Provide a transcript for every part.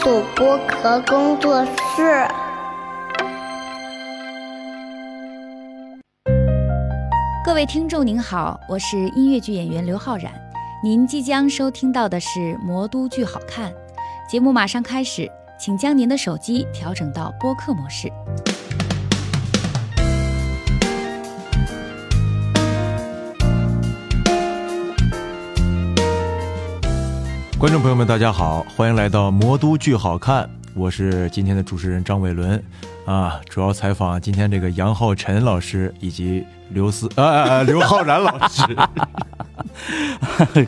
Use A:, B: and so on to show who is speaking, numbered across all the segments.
A: 鼠剥壳工作室。
B: 各位听众您好，我是音乐剧演员刘昊然，您即将收听到的是《魔都剧好看》节目，马上开始，请将您的手机调整到播客模式。
C: 观众朋友们，大家好，欢迎来到《魔都剧好看》，我是今天的主持人张伟伦，啊，主要采访今天这个杨浩辰老师以及刘 思啊啊啊刘昊然老 师。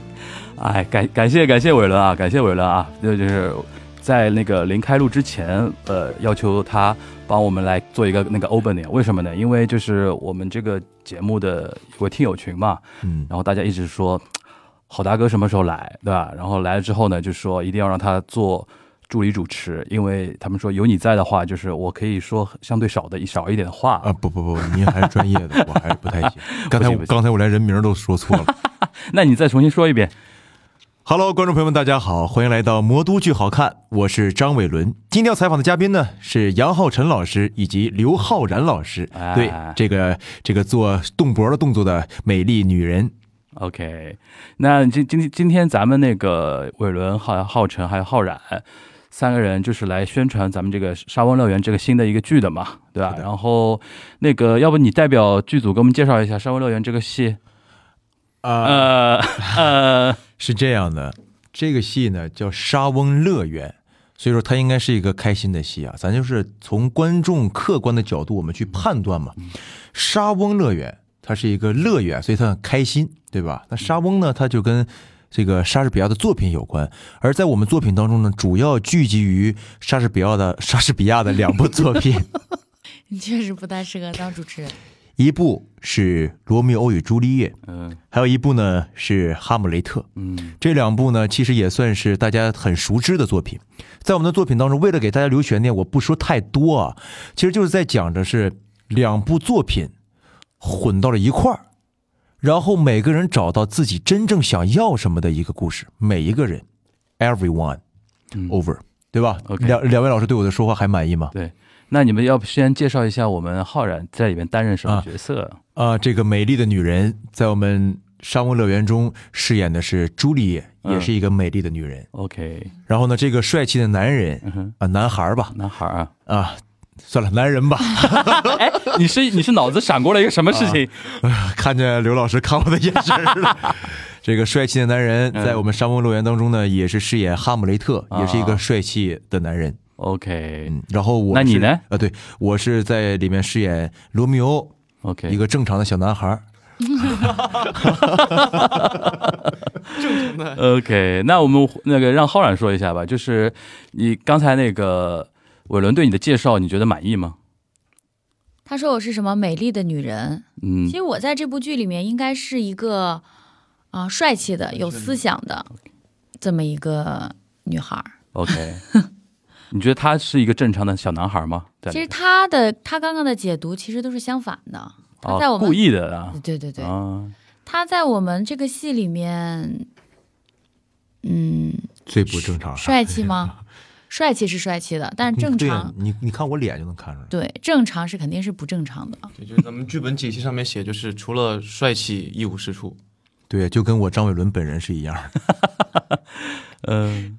D: 哎，感感谢感谢伟伦啊，感谢伟伦啊，这就是在那个临开录之前，呃，要求他帮我们来做一个那个 opening，为什么呢？因为就是我们这个节目的有个听友群嘛，
C: 嗯，
D: 然后大家一直说，好大哥什么时候来，对吧？然后来了之后呢，就说一定要让他做助理主持，因为他们说有你在的话，就是我可以说相对少的一少一点的话
C: 啊，不不不，您还是专业的，我还 是不太行。刚才
D: 不行不
C: 我
D: 行
C: 刚才我连人名都说 错了。
D: 那你再重新说一遍。
C: Hello，观众朋友们，大家好，欢迎来到《魔都剧好看》，我是张伟伦。今天要采访的嘉宾呢是杨浩辰老师以及刘昊然老师，
D: 哎
C: 对这个这个做动脖的动作的美丽女人。
D: OK，那今今今天咱们那个伟伦、浩浩辰还有浩然三个人，就是来宣传咱们这个《沙湾乐园》这个新的一个剧的嘛，对吧
C: 是？的
D: 然后那个，要不你代表剧组给我们介绍一下《沙湾乐园》这个戏？
C: 啊
D: 呃 呃，
C: 是这样的，这个戏呢叫《沙翁乐园》，所以说它应该是一个开心的戏啊。咱就是从观众客观的角度，我们去判断嘛。沙翁乐园它是一个乐园，所以它很开心，对吧？那沙翁呢，它就跟这个莎士比亚的作品有关，而在我们作品当中呢，主要聚集于莎士比亚的 莎士比亚的两部作品，
B: 你确实不太适合当主持人。
C: 一部是《罗密欧与朱丽叶》，
D: 嗯
C: 还有一部呢是《哈姆雷特》。
D: 嗯
C: 这两部呢，其实也算是大家很熟知的作品。在我们的作品当中，为了给大家留悬念，我不说太多啊，其实就是在讲着是两部作品混到了一块儿，然后每个人找到自己真正想要什么的一个故事。每一个人，everyone
D: 嗯
C: over，对吧
D: OK
C: 两两位老师对我的说话还满意吗？
D: 对。那你们要不先介绍一下我们浩然在里面担任什么角色？
C: 啊、这个美丽的女人在我们沙漠乐园中饰演的是朱丽叶，也
D: 嗯
C: 是一个美丽的女人。
D: OK，
C: 然后呢，这个帅气的男人
D: 嗯哼，
C: 啊、男孩儿吧，
D: 男孩儿 啊，
C: 啊，算了，男人 吧。
D: 哎，你是你是脑子闪过了一个什么事情？
C: 啊看见刘老师看我的眼神儿 了。这个帅气的男人
D: 嗯
C: 在我们沙漠乐园当中呢，也是饰演哈姆雷特，
D: 啊
C: 也是一个帅气的男人。
D: OK
C: 嗯，然后我
D: 那你
C: 是
D: 呢？
C: 啊，对，我是在里面饰演罗密欧，
D: OK，
C: 一个正常的小男孩儿。
D: OK，那我们那个让浩然说一下吧，就是你刚才那个伟伦对你的介绍，你觉得满意吗？
B: 他说我是什么美丽的女人？
D: 嗯
B: 其实我在这部剧里面应该是一个啊、帅气的、有思想的这么一个女孩儿。
D: ，OK，你觉得他是一个正常的小男孩吗？在
B: 其
D: 里
B: 实她的她刚刚的解读其实都是相反的。他在
D: 啊
B: 我们
D: 故意的啊
B: 对对对，
D: 啊，
B: 她在我们这个戏里面，嗯，
C: 最不正常，
B: 帅气吗？帅气是帅气的，但是
C: 嗯
B: 正
C: 对呀
B: 常，
C: 你你看我脸就能看出来。
B: 对正常是肯定是不正常的。
E: 对，就是咱们剧本解析上面写，就是除了帅气一无是处。
C: 对，就跟我张伟伦本人是一样。
D: 嗯、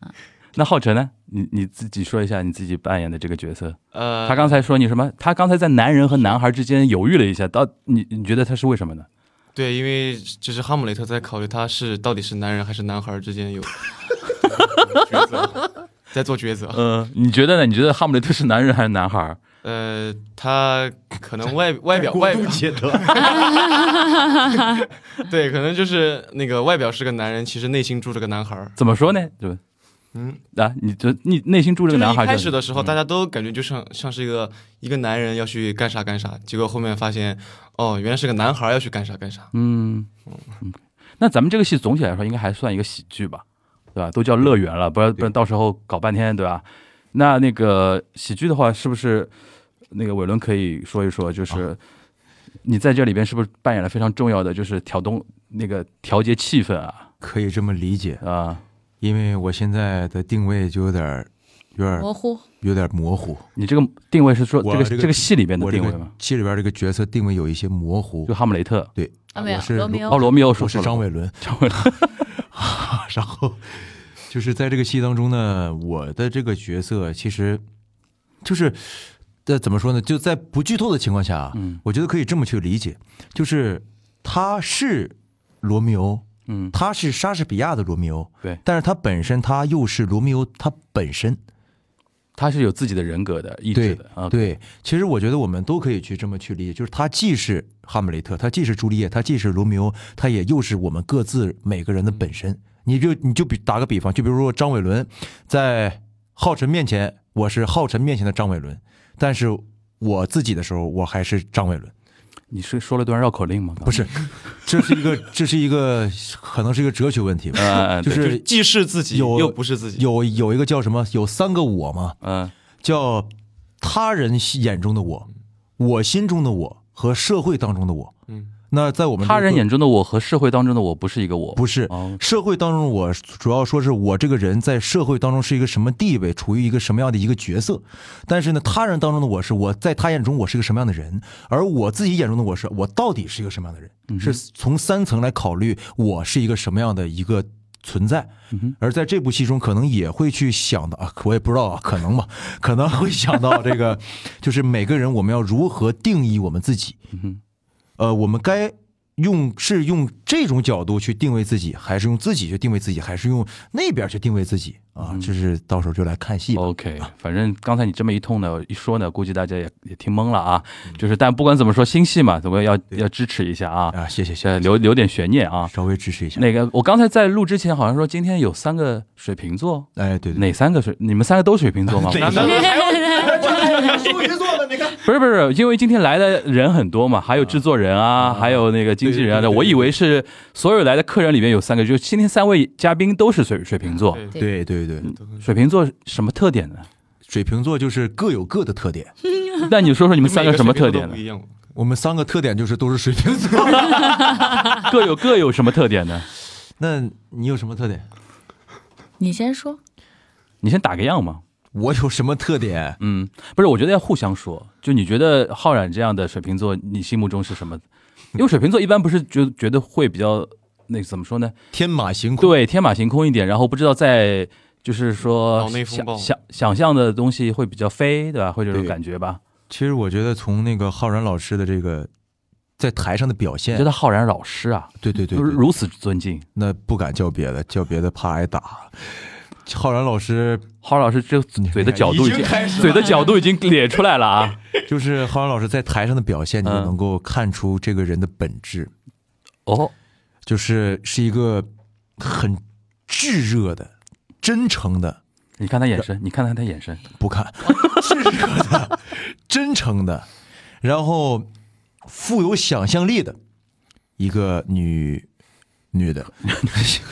D: 那浩辰呢？你你自己说一下你自己扮演的这个角色。
E: 呃，
D: 他刚才说你什么？他刚才在男人和男孩之间犹豫了一下，到你你觉得他是为什么呢？
E: 对，因为就是哈姆雷特在考虑他是到底是男人还是男孩之间有抉择， 在做抉择。
D: 嗯、你觉得呢？你觉得哈姆雷特是男人还是男孩？
E: 呃，他可能外外表外表
C: 解读。
E: 对，可能就是那个外表是个男人，其实内心住着个男孩儿。
D: 怎么说呢？对吧？
E: 嗯，
D: 啊，你就你内心住着
E: 就
D: 个
E: 是
D: 男
E: 一
D: 孩嗯就
E: 开始的时候，大家都感觉就像像是一个一个男人要去干啥干啥，结果后面发现，哦，原来是个男孩儿要去干啥干啥。
D: 嗯，那咱们这个戏总体来说应该还算一个喜剧吧，对吧？都叫乐园了，不然不然到时候搞半天，对吧？那那个喜剧的话，是不是那个伟伦可以说一说，就是你在这里边是不是扮演了非常重要的，就是挑动那个调节气氛啊
C: 可以这么理解，
D: 啊？
C: 因为我现在的定位就有点儿有点
B: 模糊。
C: 有点模糊。
D: 你这个定位是说这
C: 我
D: 个
C: 这个
D: 这个戏里边的
C: 我这
D: 定位
C: 个
D: 吗？
C: 戏里边这个角色定位有一些模糊
D: 就。哈姆雷特
C: 对，
B: 啊没有
C: 我是
B: 罗密欧
D: 哦，罗密欧
C: 我
D: 说
C: 是
D: 错了
C: 张伟伦，
D: 张伟伦
C: 然后就是在这个戏当中呢，我的这个角色其实就是，呃，怎么说呢？就在不剧透的情况下啊，
D: 嗯
C: 我觉得可以这么去理解，就是他是罗密欧，
D: 嗯
C: 他是莎士比亚的罗密欧，
D: 对
C: 但是他本身他又是罗密欧他本身，
D: 他是有自己的人格的意志
C: 对
D: 的啊，
C: 对，其实我觉得我们都可以去这么去理解，就是他既是哈姆雷特，他既是朱丽叶，他既是罗密欧，他也又是我们各自每个人的本
D: 嗯
C: 身。你就你就比打个比方，就比如说张伟伦在浩辰面前，我是浩辰面前的张伟伦，但是我自己的时候，我还是张伟伦。
D: 你是说了段绕口令吗？刚才
C: 不，是，这是一个这是一个可能是一个哲学问题吧，
D: 呃，
C: 就
D: 对
E: 就是
C: 是
E: 既是自己
C: 有
E: 又不是自己，
C: 有有一个叫什么，有三个我嘛，
D: 嗯
C: 叫他人眼中的我，我心中的我和社会当中的我。
E: 嗯，
C: 那在我们这个
D: 他人眼中的我和社会当中的我不是一个我，
C: 不是
D: 哦
C: 社会当中的我，主要说是我这个人在社会当中是一个什么地位，处于一个什么样的一个角色。但是呢，他人当中的我是我在他眼中我是一个什么样的人，而我自己眼中的我是我到底是一个什么样的人，
D: 嗯
C: 是从三层来考虑我是一个什么样的一个。存在，而在这部戏中，可能也会去想到啊，我也不知道啊，可能吧，可能会想到这个，就是每个人我们要如何定义我们自己，
D: 嗯
C: 呃，我们该用是用这种角度去定位自己，还是用自己去定位自己，还是用那边去定位自己啊？就是到时候就来看戏吧。
D: 嗯 OK，反正刚才你这么一通呢，一说呢，估计大家也也听懵了啊。
C: 嗯
D: 就是，但不管怎么说，新戏嘛，总归要要支持一下啊，
C: 啊，谢谢谢
D: 呃，
C: 谢，
D: 留留点悬念啊。
C: 稍微支持一下。
D: 那个，我刚才在录之前好像说今天有三个水瓶座，
C: 哎，对对，
D: 哪三个水？你们三个都水瓶座吗？
C: 哪
E: 三个
C: 处女座的，你看，
D: 不是不是，因为今天来的人很多嘛，还有制作人啊，还有那个经纪人啊，
C: 对对对对
D: 我以为是所有来的客人里边有三个，就是今天三位嘉宾都是水水瓶座。
E: 对
C: 对对对，
D: 水瓶座什么特点呢？
C: 水瓶座就是各有各的特点。
D: 那你说说你们
E: 每
D: 三个什么特
E: 水瓶座
D: 点
E: 都
D: 呢
E: 不？一样？
C: 我们三个特点就是都是水瓶座。
D: 各有各有什么特点呢？
C: 那你有什么特点？
B: 你先说，
D: 你先打个样嘛。
C: 我有什么特 点？
D: 嗯，不是，我觉得要互相说。就你觉得浩然这样的水瓶座，你心目中是什么？因为水瓶座一般不是觉觉得会比较那怎么说呢？
C: 天马行空。
D: 对，天马行空一点，然后不知道在就是说
E: 脑内风暴
D: 想想想象的东西会比较飞，对吧？会这种
C: 对
D: 感觉吧？
C: 其实我觉得从那个浩然老师的这个在台上的表
D: 你
C: 现
D: 觉，得浩然老师啊，
C: 对对对，
D: 就是
C: 对
D: 如此尊敬。
C: 那不敢叫别的，叫别的怕挨打。 浩然老师
D: 浩然老师这个嘴嘴的角度已经
E: 已经开始了
D: 嘴的角度已经咧出来了啊！
C: 就是浩然老师在台上的表现，你就
D: 嗯
C: 能够看出这个人的本质，
D: 哦，
C: 就是是一个很炙热的、真诚的，
D: 你看他眼神，你看看他眼神，
C: 不 看炙热的、真诚的，然后富有想象力的一个女女的。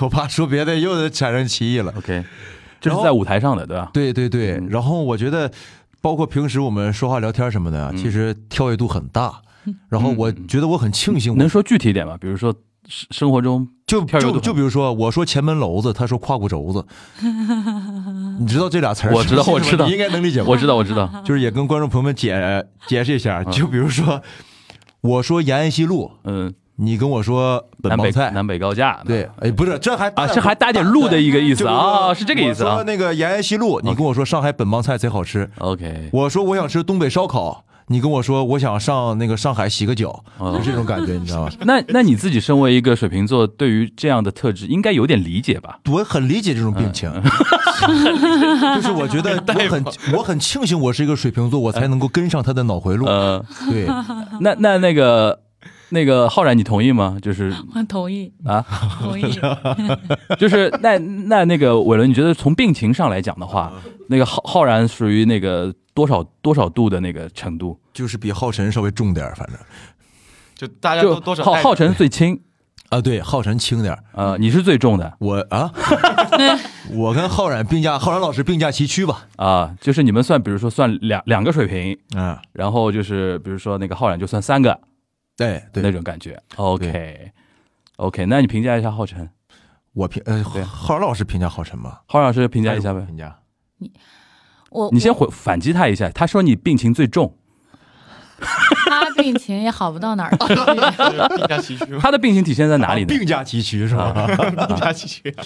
C: 我怕说别的又产生歧义了。
D: OK，这
C: 然
D: 是
C: 后
D: 在舞台上的，对吧？
C: 对对对，然后我觉得，包括平时我们说话聊天什么
D: 嗯
C: 的，啊其实跳跃度很大。然后我觉得我很庆幸我，
D: 能说具体一点吗？比如说生生活中
C: 就
D: 跳跃度
C: 就
D: 很
C: 就比如说，我说前门楼子，他说胯骨轴 子，你知道这俩词儿是
D: 我知道
C: 什么
D: 我知道
C: 你应该能理解吧？
D: 我知道，我 知 道，
C: 就是也跟观众朋友们解解释一下，就比如说，我说延安西路，
D: 嗯，
C: 你跟我说本
D: 南
C: 帮
D: 北
C: 菜，
D: 南北高架，嗯
C: 对，哎，不是，这还
D: 啊，这还带点路的一 个意思啊，是这个意思
C: 我
D: 啊
C: 说。那个延安西路，你跟我说上海本帮菜贼好吃，
D: OK，
C: 我说我想吃东北烧烤，你跟我说我想上那个上海洗个脚，
D: 哦
C: 就这种感觉，你知 道吗？
D: 那那你自己身为一个水瓶座，对于这样的特质应该有点理解吧？
C: 我很理解这种病情，
D: 嗯
C: 就是我觉 得我很我很庆幸我是一个水瓶座，我才能够跟上他的脑回路。
D: 呃，
C: 对，
D: 那那那个那个浩然，你同意吗？就是
B: 我同 意
D: 啊，
B: 同意。
D: 就是那那那个伟伦，你觉得从病情上来讲的话，
C: 嗯
D: 那个浩浩然属于那个多少多少度的那个程度？
C: 就是比浩辰稍微重点儿，反正
E: 就
C: 呃
E: 大家
D: 就
E: 都多少
D: 浩
E: 带
D: 浩辰最轻，
C: 啊，对，浩辰轻点儿
D: 呃，你是最重的。
C: 我 啊，我跟浩然并驾，浩然老师并驾齐驱吧。
D: 啊，就是你们算，比如说算两两个水平，
C: 啊，
D: 然后就是比如说那个浩然就算三个
C: 对
D: 那
C: 对，
D: 种感觉。OK，OK，、那你评价一下浩辰，
C: 我评呃，浩然老师评价浩辰吗？
D: 浩然老师评价一下
C: 哎
D: 呗。
C: 评价
F: 我
D: 你先回反击他一下，他说你病情最重，
F: 他病情也好不到哪儿去，
E: 病假崎岖吗？
D: 他的病情体现在哪里呢？
C: 哦并驾齐驱是吧？
E: 病假崎岖啊，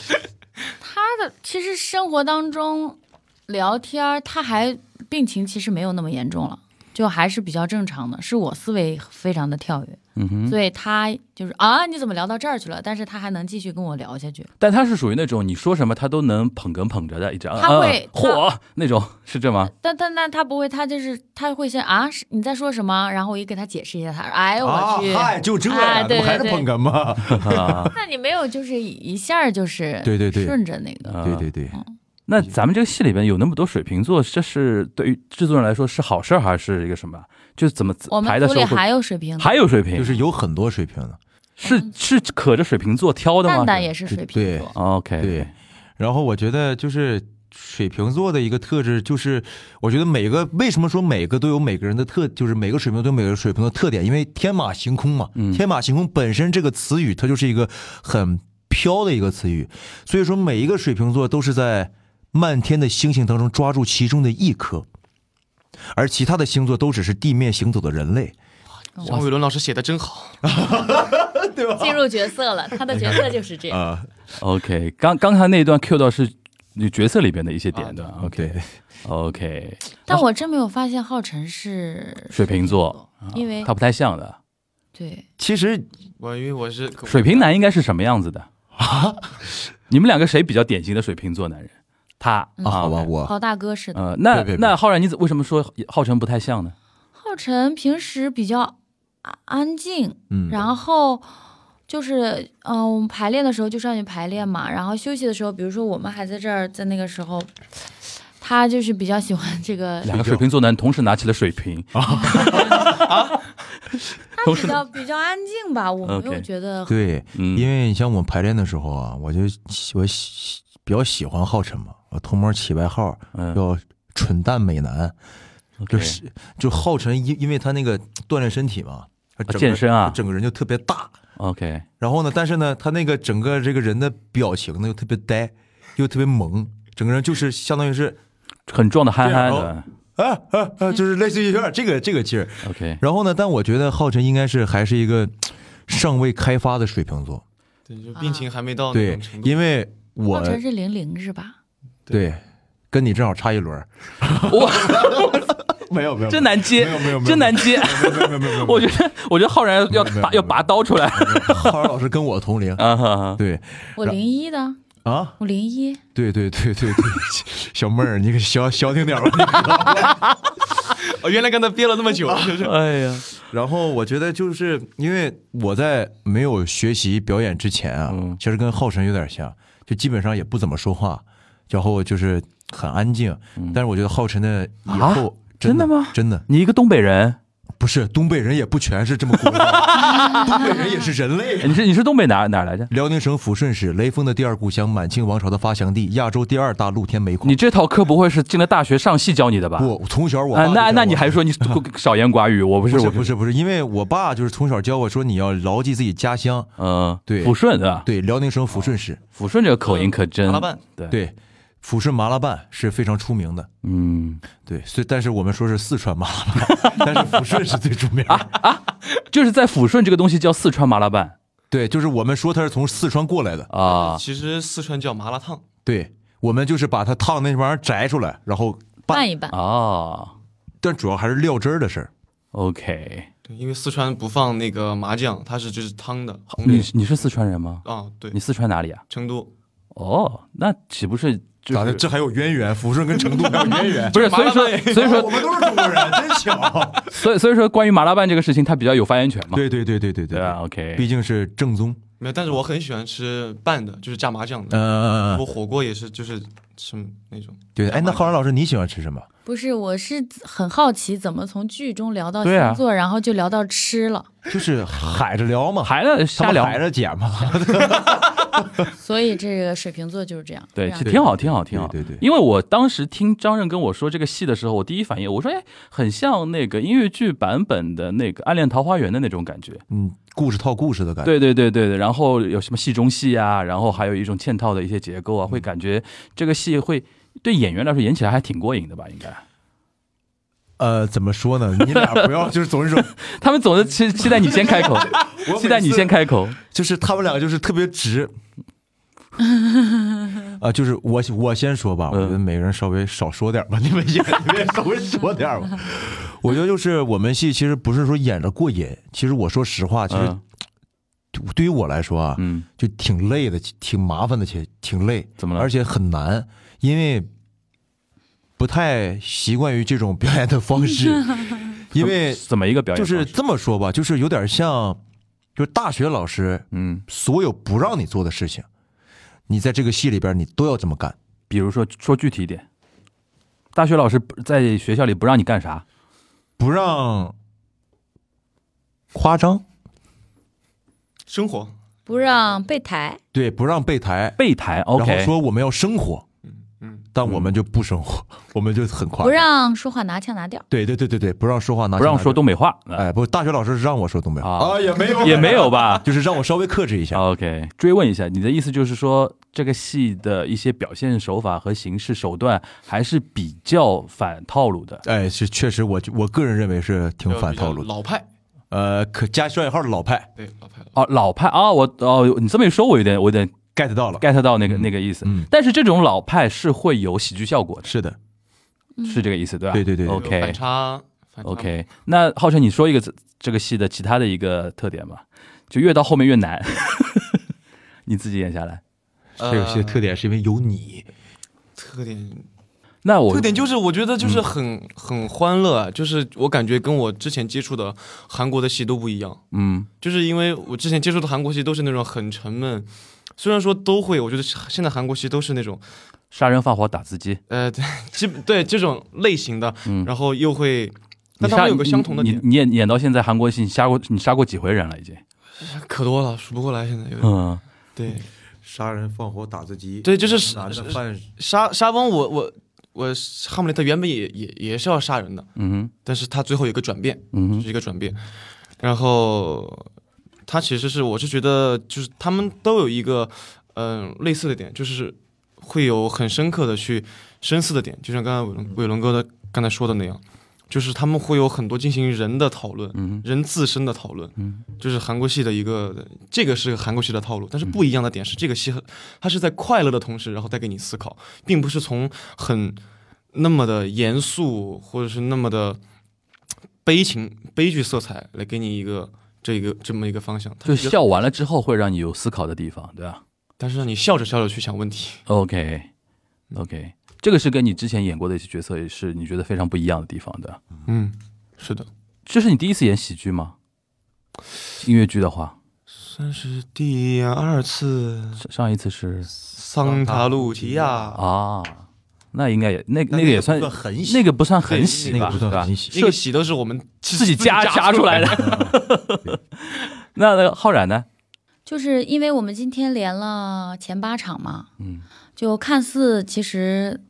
F: 他的其实生活当中聊天儿，他还病情其实没有那么严重了，就还是比较正常的。是我思维非常的跳跃，
D: 嗯哼，
F: 所以他就是啊，你怎么聊到这儿去了？但是他还能继续跟我聊下去。
D: 但他是属于那种你说什么他都能捧哏捧着的，一直嗯
F: 他会
D: 嗯火那种，是这吗？
F: 但但但他不会，他就是他会先啊，是你在说什么？然后我一给他解释一下，他说 哎我去，
C: 啊嗨，就这
F: 哎
C: 呀，
F: 对
C: 不还是
F: 对对
C: 捧哏吗？
D: 啊，
F: 那你没有就是一下就是
C: 对对对
F: 顺着那
D: 啊
F: 个，
D: 嗯
C: 对对对，
D: 那咱们这个戏里边有那么多水瓶座，这是对于制作人来说是好事儿还是一个什么？就是怎么
F: 我
D: 排
F: 们
D: 的
F: 组
D: 时
F: 里
D: 候会
F: 还有水瓶的，
D: 还有水瓶，
C: 就是有很多水平的，
D: 是是可着水瓶座挑的吗？
F: 嗯蛋蛋也是水瓶
C: 对
F: 座，
D: OK，
C: 对，然后我觉得就是水瓶座的一个特质，就是我觉得每个为什么说每个都有每个人的特，就是每个水瓶座都有每个水瓶座的特点，因为天马行空嘛。
D: 嗯
C: 天马行空本身这个词语它就是一个很飘的一个词语，所以说每一个水瓶座都是在漫天的星星当中抓住其中的一颗。而其他的星座都只是地面行走的人类，
E: 张伟伦老师写的真好，
F: 进入角色了，他的角色就是这样。
D: 啊 OK，刚刚才那一段 Q 到是你角色里边的一些点的。
C: 啊对
D: OK，OK，
F: 但我真没有发现浩辰是
D: 水瓶座，
F: 水瓶座因为
D: 啊他不太像的。
F: 对
C: 其实
E: 我因为我是
D: 水瓶男应该是什么样子的啊？你们两个谁比较典型的水瓶座男人？他啊，
C: 啊，好吧，
D: OK
C: 我
F: 浩大哥嗯似的。
D: 呃，那
C: 别别别
D: 那浩然，你怎为什么说浩辰不太像呢？
F: 浩辰平时比较安安静，
C: 嗯，
F: 然后就是嗯、我们排练的时候就上去排练嘛，然后休息的时候，比如说我们还在这儿，在那个时候，他就是比较喜欢这个，
D: 两个水瓶座男同时拿起了水瓶，
C: 啊
F: 他比较比较安静吧，我没有
D: OK
F: 觉得
C: 对，
D: 嗯
C: 因为你像我们排练的时候啊，我就喜我喜比较喜欢浩辰嘛，我同门起外号
D: 嗯，
C: 叫“蠢蛋美男”，就
D: OK
C: 是就浩辰因因为他那个锻炼身体嘛，他整个
D: 健身啊
C: 整个人就特别大。
D: OK，
C: 然后呢，但是呢，他那个整个这个人的表情呢又特别呆，又特别萌，整个人就是相当于是
D: 很壮的憨憨
C: 这
D: 的。
C: 啊哦啊啊，就是类似于有点这个这个劲儿。
D: OK，
C: 然后呢，但我觉得浩辰应该是还是一个尚未开发的水瓶座，
E: 对，就病情还没到哦那
C: 对
E: 种程，度。
C: 因为
F: 浩
C: 我
F: 辰是零零是吧？
C: 对，跟你正好差一轮。
D: 哇，
C: 没有没有
D: 真难接，
C: 没有没有没有
D: 真难接。
C: 没有没有没有，
D: 我觉得，我觉得浩然要
C: 没有没有
D: 拔要拔刀出 来
C: 得 浩然老师跟我同龄，
D: 啊！哈哈
C: 对
F: 我零一的，
C: 啊，
F: 我零一，
C: 对对对对对，小妹儿，你可消消停点儿吧。
E: 哦，原来跟他憋了那么久，就是
D: 哎呀，
C: 然后我觉得就是因为我在没有学习表演之前啊，
D: 嗯
C: 其实跟浩辰有点像，就基本上也不怎么说话，然后就是很安静。但是我觉得浩辰的以
D: 啊
C: 后、
D: 真的
C: 的
D: 吗
C: 嗯真的
D: 你一个东北人，
C: 不是东北人也不全是这么过的， 东北人也是人类啊。
D: 你是你是东北哪哪儿来着？
C: 辽宁省抚顺市雷锋的第二故乡，满清王朝的发祥地，亚洲第二大露天煤矿。
D: 你这套课不会是进了大学上戏教你的吧？
C: 不，从小我爸
D: 啊，
C: 就
D: 那
C: 教
D: 那
C: 我
D: 你还说你 少言寡语？我不是，
C: 不是
D: 我
C: 不
D: 是，
C: 是不是，因为我爸就是从小教我说你要牢记自己家乡，
D: 嗯，
C: 对
D: 抚顺对吧？
C: 对，辽宁省抚顺市，
D: 抚顺这个口音可真
E: 麻辣，拌
D: 哦对，
C: 对，抚顺麻辣拌是非常出名的，
D: 嗯，
C: 对，所以但是我们说是四川麻辣 拌，但是抚顺是最出名
D: 啊
C: 的，
D: 就是在抚顺这个东西叫四川麻辣拌
C: 对，就是我们说它是从四川过来的，
D: 啊，
E: 其实四川叫麻辣烫，
C: 对，我们就是把它烫那玩意儿摘出来，然后
F: 拌
C: 拌，
F: 一拌，
D: 哦
C: 但主要还是料汁儿的事儿，
D: ，OK，
E: 对，因为四川不放那个麻酱，它是就是汤的。红
D: 你
E: 的
D: 你是四川人吗？
E: 啊，对
D: 你，四川哪里啊？
E: 成都
D: 哦，那岂不是就
C: 咋的？
D: 是。
C: 这还有渊源，抚顺跟成都还有渊源
D: 不是？所以
E: 麻辣
D: 说所以
C: 我
D: 说
C: 们都是中国人，真巧。
D: 所以所以说关于麻辣拌这个事情，他比较有发言权嘛？
C: 对对对对对
D: 对
C: 对
D: 啊
C: 毕
D: ，OK，
C: 竟是正宗。
E: 没有，但是我很喜欢吃拌的，就是加麻酱的。
C: 呃
D: 嗯
E: 我，火锅也是，就是什么那种
C: 对。哎，那浩然老师，你喜欢吃什么？
F: 不是，我是很好奇怎么从剧中聊到
D: 对啊
F: 星座，然后就聊到吃了，
C: 就是海着聊嘛，
D: 还了
C: 他
D: 呃瞎
C: 们
D: 聊，
C: 海着捡 嘛。
F: 所以这个水瓶座就是这样。
D: 对，
F: 这
D: 其实
F: 样
D: 挺好，挺好，挺好。
C: 对对对
D: 因为我当时听张震跟我说这个戏的时候，我第一反应我说，哎，很像那个音乐剧版本的那个《暗恋桃花源》的那种感觉。
C: 嗯，故事套故事的感觉。
D: 对对对对对。然
C: 嗯
D: 后有什么戏中戏啊，然后还有一种嵌套的一些结构啊，会感觉这个戏会对演员来说演起来还挺过瘾的吧？应该
C: 呃，怎么说呢？你俩不要，就是总是说，
D: 他们总是期期待你先开口，
C: 我
D: 期待你
C: 每次
D: 先开口。
C: 就是他们两个就是特别 直。啊、就是我我先说吧，我觉得每个人稍微少说点吧，你 们也你们也稍微说点 吧。我觉得就是我们戏其实不是说演着过瘾，其实我说实话，其实
D: 嗯
C: 对于我来说啊，
D: 嗯，
C: 就挺累的，挺麻烦的，且挺累，
D: 怎么了
C: 而且很难，因为不太习惯于这种表演的方 式，因为
D: 怎么一个表演
C: 就
D: 方式？
C: 是这么说吧，就是有点像，就是大学老师
D: 嗯，
C: 所有不让你做的事情，你在这个戏里边你都要这么干。
D: 比如说说具体一点，大学老师不在学校里不让你干啥？
C: 不让夸张，
E: 生活
F: 不让被抬，
C: 对，不让背台，
D: 备台 OK，
C: 然后说我们要生活，
E: 嗯
C: 但我们就不生活，我们就很夸张，
F: 不，让说话拿腔拿调。
C: 对对对对对，不让说话拿，
D: 不让说东，北话，
C: 哎，不，大学老师是让我说东北
D: 啊
C: 也没有
D: 也没有吧
C: 就是让我稍微克制一下。
D: ？OK，追问一下，你的意思就是说，这个戏的一些表现手法和形式手段还是比较反套路的。
C: 哎，是确实我，我个人认为是挺反套路的。
E: 老派，
C: 呃，可加双引号的老派
E: 对老派，老派
D: 哦，老派啊、我哦，你这么一说，我有点，我有点
C: get 到了，
D: get 到那个、那个意思。
C: 嗯
D: 但是这种老派是会有喜剧效果的，
C: 是的，
D: 是这个意思，对吧？
C: 对对对对
E: 有反
D: OK
E: 差反差
D: OK，那浩辰，你说一个这这个戏的其他的一个特点吧，就越到后面越难。 你自己演下来，呃
C: 这有些特点是因为有你，
E: 呃特点
D: 那我嗯
E: 特点就是，我觉得就是很、很欢乐啊，就是我感觉跟我之前接触的韩国的戏都不一样，
D: 嗯
E: 就是因为我之前接触的韩国戏都是那种很沉闷，虽然说都会，我觉得现在韩国戏都是那种
D: 杀人放火打字机，
E: 呃， 对基本对这种类型的，
D: 嗯
E: 然后又会，
D: 你
E: 但他
D: 杀
E: 们有个相同的
D: 你
E: 点
D: 你，你演演到现在，韩国戏你杀过你杀过几回人了已经？
E: 可多了，数不过来，现在有点。
D: 嗯，
E: 对
C: 杀人放火打字机，
E: 对，就是
C: 拿着
E: 沙
D: 呃
C: 饭
E: 沙沙翁，我我我哈姆雷特原本也也也是要杀人的，
D: 嗯
E: 但是他最后有一个转变，
D: 哼嗯
E: 就
D: 哼
E: 是一个转变，然后他其实是我是觉得就是他们都有一个嗯、类似的点，就是会有很深刻的去深思的点，就像刚才伟
D: 嗯
E: 伦伟伦哥的刚才说的那样，就是他们会有很多进行人的讨论，
D: 嗯
E: 人自身的讨论，
D: 嗯
E: 就是韩国戏的一个，这个是韩国戏的套路，但是
D: 嗯
E: 不一样的点是，这个戏它是在快乐的同时，然后带给你思考，并不是从很那么的严肃或者是那么的悲情、悲剧色彩来给你一个这一个这么一个方向，它
D: 就是
E: 一个，
D: 笑完了之后会让你有思考的地方，对吧
E: 但是让你笑着笑着去想问题。
D: ？OK OK，这个是跟你之前演过的一些角色也是你觉得非常不一样的地方，对吧？
E: 嗯，是的，
D: 这是你第一次演喜剧吗？音乐剧的话，
E: 算是第二次
D: 上上一次是
E: 桑塔露琪亚，
D: 啊，那应该也那那个也算
C: 那很
D: 那个不算很
E: 对
D: 喜
C: 那个
D: 吧，
C: 不
D: 对
C: 算
D: 吧？
C: 很喜
E: 这个喜都是我们
D: 自己加加出来的。那那浩然呢？
F: 就是因为我们今天连了前八场嘛，
D: 嗯，
F: 就看似其实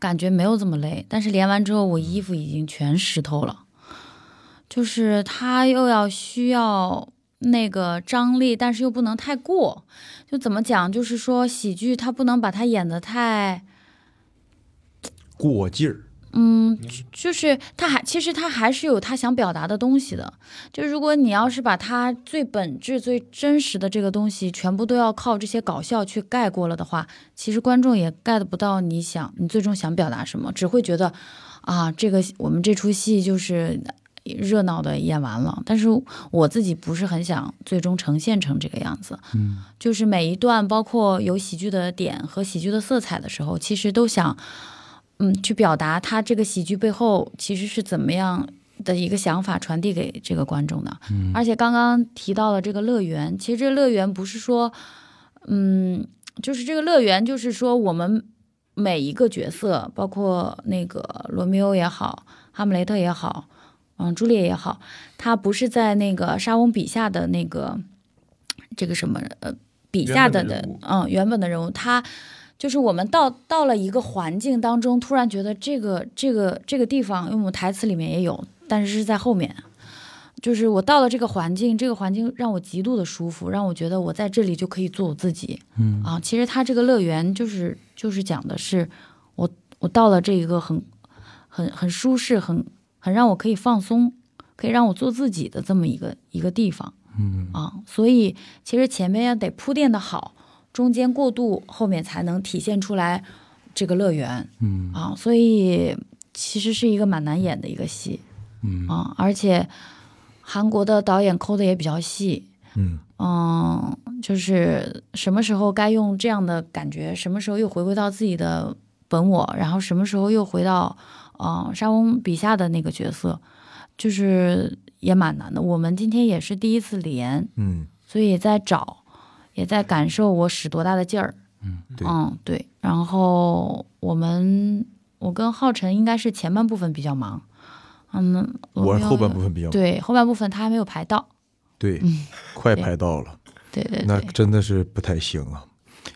F: 感觉没有这么累，但是连完之后我衣服已经全湿透了，就是它又要需要那个张力，但是又不能太过，就怎么讲，就是说喜剧它不能把它演得太。
C: 过劲儿，
F: 嗯，就是他还其实他还是有他想表达的东西的。就如果你要是把他最本质、最真实的这个东西全部都要靠这些搞笑去盖过了的话，其实观众也 get 不到你想你最终想表达什么，只会觉得啊，这个我们这出戏就是热闹的演完了。但是我自己不是很想最终呈现成这个样子。
D: 嗯，
F: 就是每一段包括有喜剧的点和喜剧的色彩的时候，其实都想，嗯，去表达他这个喜剧背后其实是怎么样的一个想法传递给这个观众的。嗯、而且刚刚提到了这个乐园，其实这个乐园不是说，嗯，就是这个乐园，就是说我们每一个角色，包括那个罗密欧也好，哈姆雷特也好，嗯，朱丽叶也好，他不是在那个莎翁笔下的那个这个什么呃笔下的
E: 原本的
F: 的
E: 人物
F: 嗯原本的人物，他就是我们到到了一个环境当中，突然觉得这个这个这个地方，因为我们台词里面也有，但是是在后面。就是我到了这个环境，这个环境让我极度的舒服，让我觉得我在这里就可以做我自己。嗯啊，其实他这个乐园就是就是讲的是我我到了这一个很很很舒适、很很让我可以放松、可以让我做自己的这么一个一个地方
D: 嗯
F: 啊。所以其实前面要得铺垫的好，中间过渡，后面才能体现出来这个乐园
D: 嗯
F: 啊。所以其实是一个蛮难演的一个戏
D: 嗯
F: 啊，而且韩国的导演抠的也比较细，
C: 嗯，
F: 嗯，就是什么时候该用这样的感觉，什么时候又回归到自己的本我，然后什么时候又回到嗯沙翁笔下的那个角色，就是也蛮难的。我们今天也是第一次连，
C: 嗯，
F: 所以也在找，也在感受我使多大的劲儿。
C: 对
F: 嗯，对。然后我们，我跟浩辰应该是前半部分比较忙，嗯，
C: 我
F: 罗
C: 是
F: 密欧
C: 后半部分比较
F: 对后半部分他还没有排到。
C: 嗯对，快排到了，
F: 对对对，
C: 那真的是不太行啊，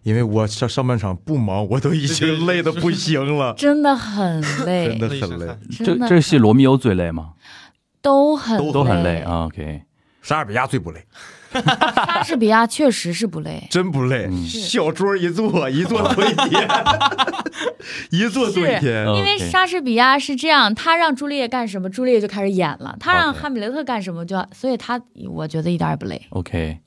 C: 因为我上上半场不忙，我都已经累的不行了，
F: 真的很 累，
C: 真的很累。
D: 这
F: 真的
D: 这个戏罗密欧最累吗？
F: 都很
D: 都很累。啊。OK，
C: 莎士比亚最不累，
F: 莎士比亚确实是不累，
C: 真不累，
F: 嗯
C: 小桌一坐一 坐坐一天，一坐坐一天
D: 是。
F: 因为
D: OK
F: 莎士比亚是这样，他让朱丽叶干什么，朱丽叶就开始演了；他让
D: OK
F: 哈姆雷特干什么，就要所以他我觉得一点也不累。
D: OK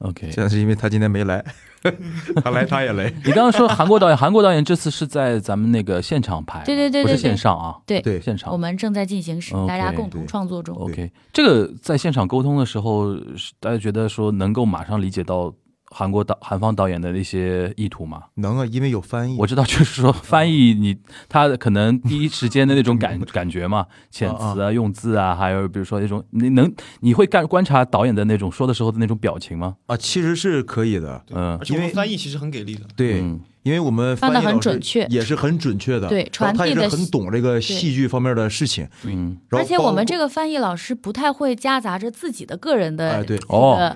D: OK，
F: 嗯
C: 现在是因为他今天没来， 他来他也累。
D: 你刚刚说韩国导演，韩国导演这次是在咱们那个现场拍吗，
F: 对对对对
D: 不是
F: 对
D: 线上啊，
F: 对，
C: 对
D: 现场。
F: 我们正在进行时，
D: OK，
F: 大家共同
C: 对
F: 创作中。
D: OK，这个在现场沟通的时候，是大家觉得说能够马上理解到韩国导韩方导演的一些意图嗯吗？
C: 能啊，因为有翻译。
D: 我知道，就是说翻译你他可能第一时间的那种感感觉 嘛，遣词啊、用字啊，还有比如说那种你能你会干观察导演的那种说的时候的那种表情吗？
C: 啊，其实是可以的。
D: 嗯
E: 而且我
C: 因
E: 们
C: 为
E: 翻译其实很给力的，
C: 对，
D: 嗯
C: 因为我们
F: 翻得
C: 译
F: 很
C: 老师
F: 准确
C: 也是很准确的。
F: 对
C: 然后
F: 传
C: 他也
F: 递
C: 是
F: 的
C: 很懂这个戏剧方面的事情。
D: 嗯，
C: 然后
F: 而且我们这
C: 个
F: 个翻译老师不太会夹杂着自己的个人的
C: 哎对
F: 这个
D: 哦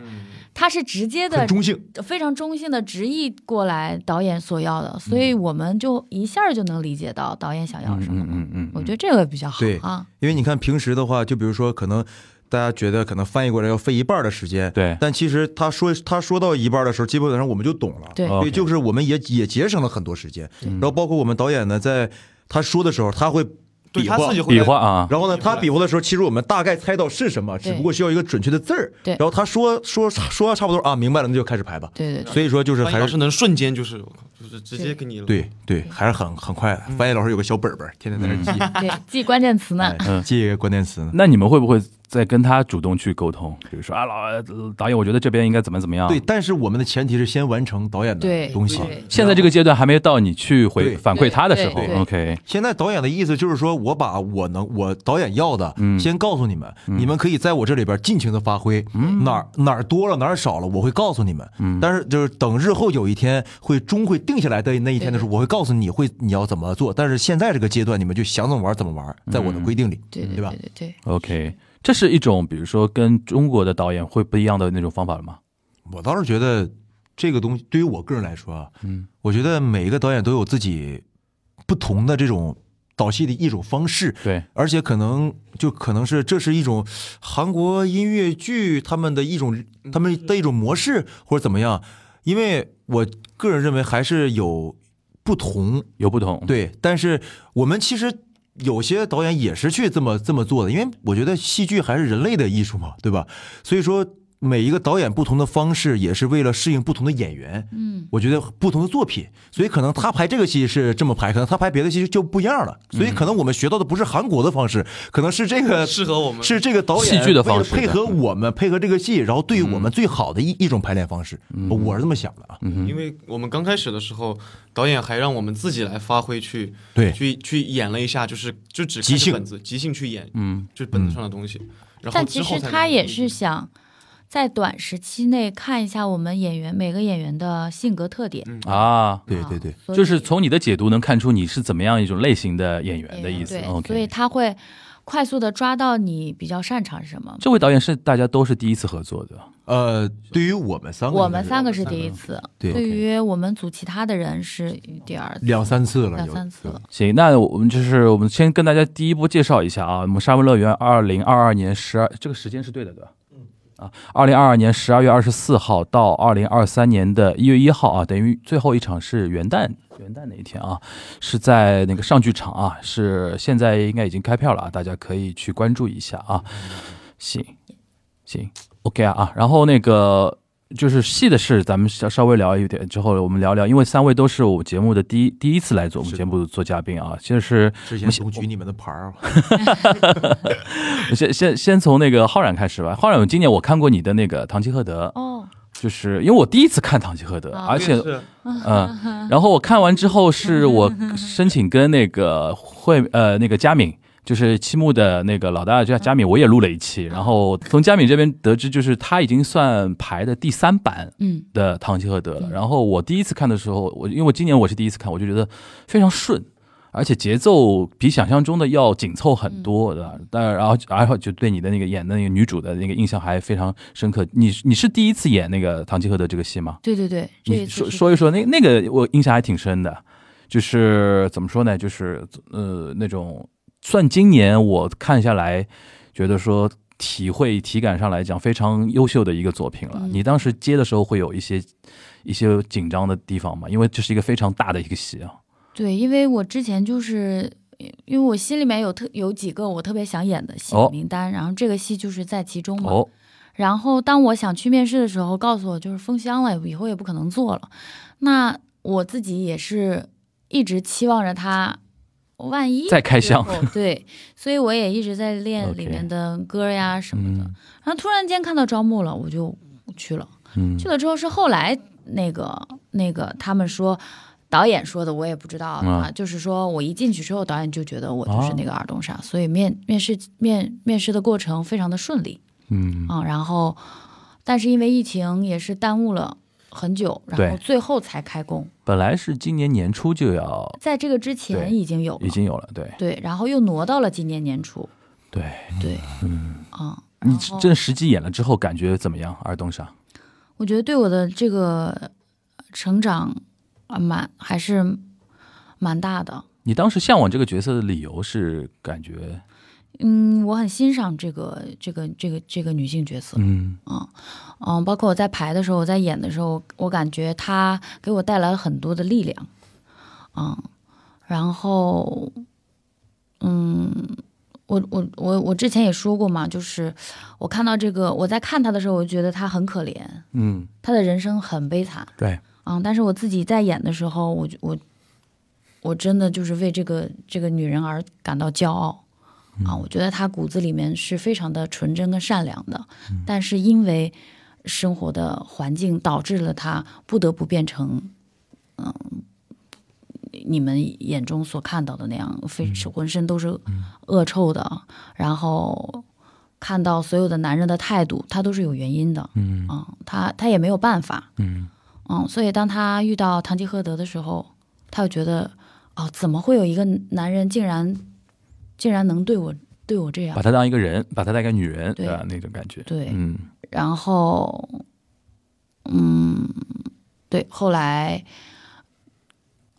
F: 他是直接的
C: 很中性，
F: 非常中性的直译过来导演所要的，所以我们就一下就能理解到导演想要
D: 嗯
F: 什么
D: 嗯
F: 了。
D: 嗯嗯，
F: 我觉
D: 得
F: 得这个比较好
C: 对
F: 啊。
C: 因为你看平时的话，就比如说可能。大家觉得可能翻译过来要费一半的时间，
D: 对
C: 但其实他说他说到一半的时候，基本上我们就懂了，
F: 对
C: 所以
D: 哦 OK
C: 就是我们也也节省了很多时间。然后包括我们导演呢，在他说的时候，他会
E: 对
C: 比
E: 他
C: 划
E: 自己会
D: 比划啊，
C: 然后呢，
E: 比划
C: 他比划的时候，其实我们大概猜到是什么，
F: 对
C: 只不过需要一个准确的字儿。
F: 对
C: 然后他说说说差不多啊，明白了，那就开始排吧。
F: 对对对，
C: 所以说就是
E: 翻译
C: 还
E: 老
C: 是
E: 师能瞬间就是就是直接给你
C: 对对，还是很很快的。翻译老师有个小本本儿，天天在那记，
F: 对记关键词呢
C: 哎。
D: 嗯
C: 记一个关键词呢。
D: 那你们会不会再跟他主动去沟通？比如说啊，老呃导演，我觉得这边应该怎么怎么样？
C: 对，，但是我们的前提是先完成导演的
F: 对
C: 东西。
F: 对
D: 现在这个阶段还没到你去回
C: 对
D: 反馈他的时候
F: 对对。对
D: OK，
C: 现在导演的意思就是说，我把我能我导演要的，先告诉你们，你们可以在我这里边尽情的发挥，哪儿哪儿多了哪儿少了，我会告诉你们。但是就是等日后有一天会终会定下来的那一天的时候，我会告诉你会你要怎么做。但是现在这个阶段，你们就想怎么玩怎么玩，在我的规定里，
F: 对
C: 嗯
F: 对
C: 对吧
F: 对？对对，
D: OK，这是一种比如说跟中国的导演会不一样的那种方法了吗？
C: 我倒是觉得这个东西对于我个人来说啊，嗯，我觉得每一个导演都有自己不同的这种导戏的一种方式，
D: 对，
C: 而且可能就可能是这是一种韩国音乐剧他们的一种他们的一种模式或者怎么样，因为我个人认为还是有不同，
D: 有不同。，
C: 对，但是我们其实。有些导演也是去这么这么做的，因为我觉得戏剧还是人类的艺术嘛，对吧？所以说每一个导演不同的方式，也是为了适应不同的演员。
F: 嗯，
C: 我觉得不同的作品，所以可能他排这个戏是这么排，可能他排别的戏就不一样了。所
D: 嗯
C: 以可能我们学到的不是韩国的方式，可能是这 个
E: 适合我们
C: 是这个导演
D: 戏剧的嗯方式
C: 为了配合我们配合这个戏，然后对于我们最好的一、一种排练方式。
D: 嗯
C: 我是这么想的啊。
E: 因为我们刚开始的时候，导演还让我们自己来发挥去，
C: 对
E: 去去演了一下，就是就只
C: 即
E: 看
C: 兴
E: 着本子，即兴去演，
D: 嗯，
E: 就是本子上的东西。然后
F: 但其
E: 之后
F: 实
E: 才能
F: 他也是想在短时期内看一下我们演员每个演员的性格特点，
D: 啊，
C: 对
F: 啊
C: 对对，
F: 所以
D: 就是从你的解读能看出你是怎么样一种类型的演员
F: 演
D: 的
F: 员
D: 意思
F: 对。所以
D: OK，
F: 他会快速的抓到你比较擅长什么。
D: 这位导演是大家都是第一次合作的。
C: 呃，对于我们三个，
F: 我们三个是第一次，
C: 对
F: 对于我们组其他的人是第二次、
C: 两三次了，
F: 两
C: 有
F: 三次了。
D: 行，那我们就是我们先跟大家第一波介绍一下啊，我们沙温乐园二零二二年十二，这个时间是对的对吧？二零二二年十二月二十四号到二零二三年的一月一号啊，等于最后一场是元旦，元旦那一天啊，是在那个上剧场啊，是现在应该已经开票了啊，大家可以去关注一下啊。行，行，OK 啊啊，然后那个就是细的事，咱们稍稍微聊一点之后，我们聊聊，因为三位都是我节目的第一第一次来做我们
C: 是
D: 节目做嘉宾啊，就是
C: 之前总举你们的牌儿，
D: 先先先从那个浩然开始吧。浩然，今年我看过你的那个《堂吉诃德》，
F: 哦，
D: 就是因为我第一次看《堂吉诃德》，而且
E: 是
D: 嗯，然后我看完之后是我申请跟那个会呃那个佳敏。就是七木的那个老大叫佳敏，我也录了一期，然后从佳敏这边得知，就是他已经算排的第三版
F: 嗯，
D: 的《堂吉诃德》了。然后我第一次看的时候，我因为我今年我是第一次看，我就觉得非常顺，而且节奏比想象中的要紧凑很多，对吧？
F: 嗯
D: 但然后然后就对你的那个演的那个女主的那个印象还非常深刻。你你是第一次演那个《堂吉诃德》这个戏吗？
F: 对对对，这
D: 你
F: 一次
D: 说
F: 是
D: 说一说那那个我印象还挺深的，就是怎么说呢？就是呃那种算今年我看下来，觉得说体会体感上来讲非常优秀的一个作品了。
F: 嗯
D: 你当时接的时候会有一些一些紧张的地方吗？因为这是一个非常大的一个戏啊。
F: 对，因为我之前就是。因为我心里面有特有几个我特别想演的戏
D: 哦
F: 名单，然后这个戏就是在其中嘛。
D: 哦，
F: 然后当我想去面试的时候，告诉我就是封箱了，以后也不可能做了。那我自己也是一直期望着他，万一
D: 再开箱
F: 最后，对，所以我也一直在练
D: OK
F: 里面的歌呀什么的。
D: 嗯
F: 然后突然间看到招募了，我就去了。
D: 嗯
F: 去了之后是后来那个那个他们说。导演说的我也不知道
D: 嗯
F: 啊，就是说我一进去之后，导演就觉得我就是那个耳东莎，所以面面试面面试的过程非常的顺利。
D: 嗯
F: 啊、然后但是因为疫情也是耽误了很久，然
D: 对
F: 后最后才开工，
D: 本来是今年年初就要
F: 在这个之前
D: 对
F: 已经有了，
D: 已经有了，对
F: 对，然后又挪到了今年年初，
D: 对。
F: 对，嗯啊、
D: 你
F: 然后
D: 这实际演了之后感觉怎么样？尔东莎，
F: 我觉得对我的这个成长啊，蛮还是蛮大的。
D: 你当时向往这个角色的理由是感觉
F: 嗯，我很欣赏这个这个这个这个女性角色，
D: 嗯
F: 嗯，包括我在排的时候，我在演的时候，我感觉他给我带来了很多的力量，嗯，然后，嗯，我我我我之前也说过嘛，就是我看到这个，我在看他的时候，我就觉得他很可怜，
D: 嗯，
F: 他的人生很悲惨，
D: 对，
F: 嗯，但是我自己在演的时候，我就我我真的就是为这个这个女人而感到骄傲啊！我觉得她骨子里面是非常的纯真跟善良的，但是因为生活的环境导致了她不得不变成嗯。你们眼中所看到的那样，非浑身都是恶臭的，然后看到所有的男人的态度，他都是有原因的。嗯，啊、他他也没有办法。
D: 嗯
F: 嗯，所以当他遇到堂吉诃德的时候，他就觉得，哦，怎么会有一个男人竟然竟然能对我对我这样
D: 把？她当一个人，把她当一个女人，
F: 对
D: 吧？那种感觉，
F: 对
D: 嗯
F: 然后，嗯，对，后来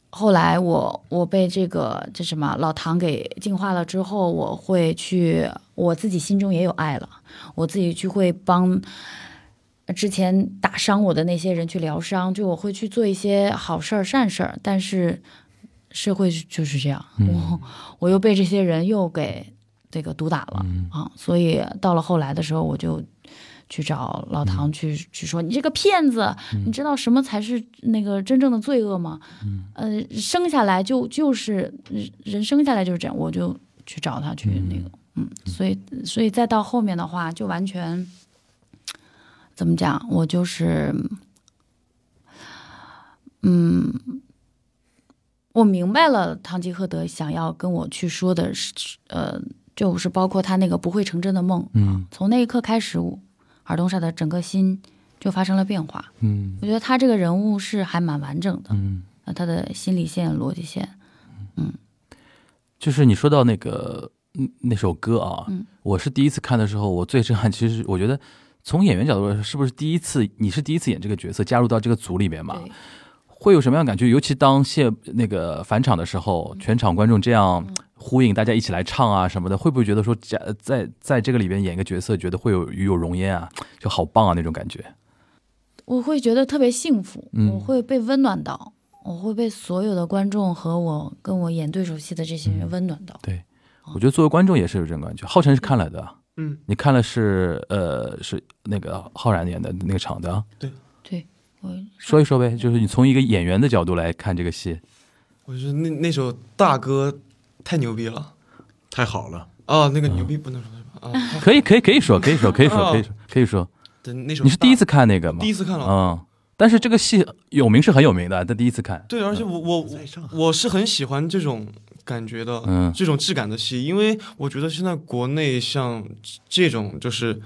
F: 后来我我被这个这什么老唐给净化了之后，我会去我自己心中也有爱了，我自己去会帮。之前打伤我的那些人去疗伤，就我会去做一些好事儿、善事儿，但是社会就是这样，我我又被这些人又给这个毒打了、啊，所以到了后来的时候，我就去找老唐去、去说：“你这个骗子，你知道什么才是那个真正的罪恶吗？呃，生下来就就是人人生下来就是这样。”我就去找他去那个，嗯，所以所以再到后面的话，就完全怎么讲，我就是，嗯。我明白了，堂吉诃德想要跟我去说的是，呃，就是包括他那个不会成真的梦，
D: 嗯
F: 从那一刻开始，我尔东莎的整个心就发生了变化。
D: 嗯
F: 我觉得他这个人物是还蛮完整的，
D: 嗯，
F: 那他的心理线、逻辑线，
D: 就是你说到那个嗯那首歌啊，
F: 嗯
D: 我是第一次看的时候，我最震撼，其实我觉得从演员角度来说，是不是第一次你是第一次演这个角色，加入到这个组里面嘛？
F: 对嗯
D: 会有什么样的感觉？尤其当谢那个返场的时候，全场观众这样呼应大家一起来唱啊什么的，会不会觉得说在在在这个里边演一个角色，觉得会有与有荣焉啊，就好棒啊那种感觉？
F: 我会觉得特别幸福，
D: 嗯
F: 我会被温暖到，我会被所有的观众和我跟我演对手戏的这些
D: 嗯
F: 人温暖到。
D: 对，我觉得作为观众也是有这种感觉。浩辰是看了的，
E: 哦
D: 啊
E: 嗯，
D: 你看了是呃是那个浩然演的那个场的啊，
F: 我
D: 说一说呗，就是你从一个演员的角度来看这个戏，
E: 我觉得那那首大哥太牛逼了
C: 太好了，
E: 啊，那个
C: 嗯
E: 牛逼不能说是吧？啊，太
D: 可以可以可以说可以说可以说可以说可以说，
E: 对那首
D: 你是
E: 哦大
D: 第一次看那个吗？
E: 第一次看了，
D: 嗯，但是这个戏有名是很有名的，啊但第一次看，
E: 对，而且我我我是很喜欢这种感觉的，
D: 嗯
E: 这种质感的戏，因为我觉得现在国内像这这种就是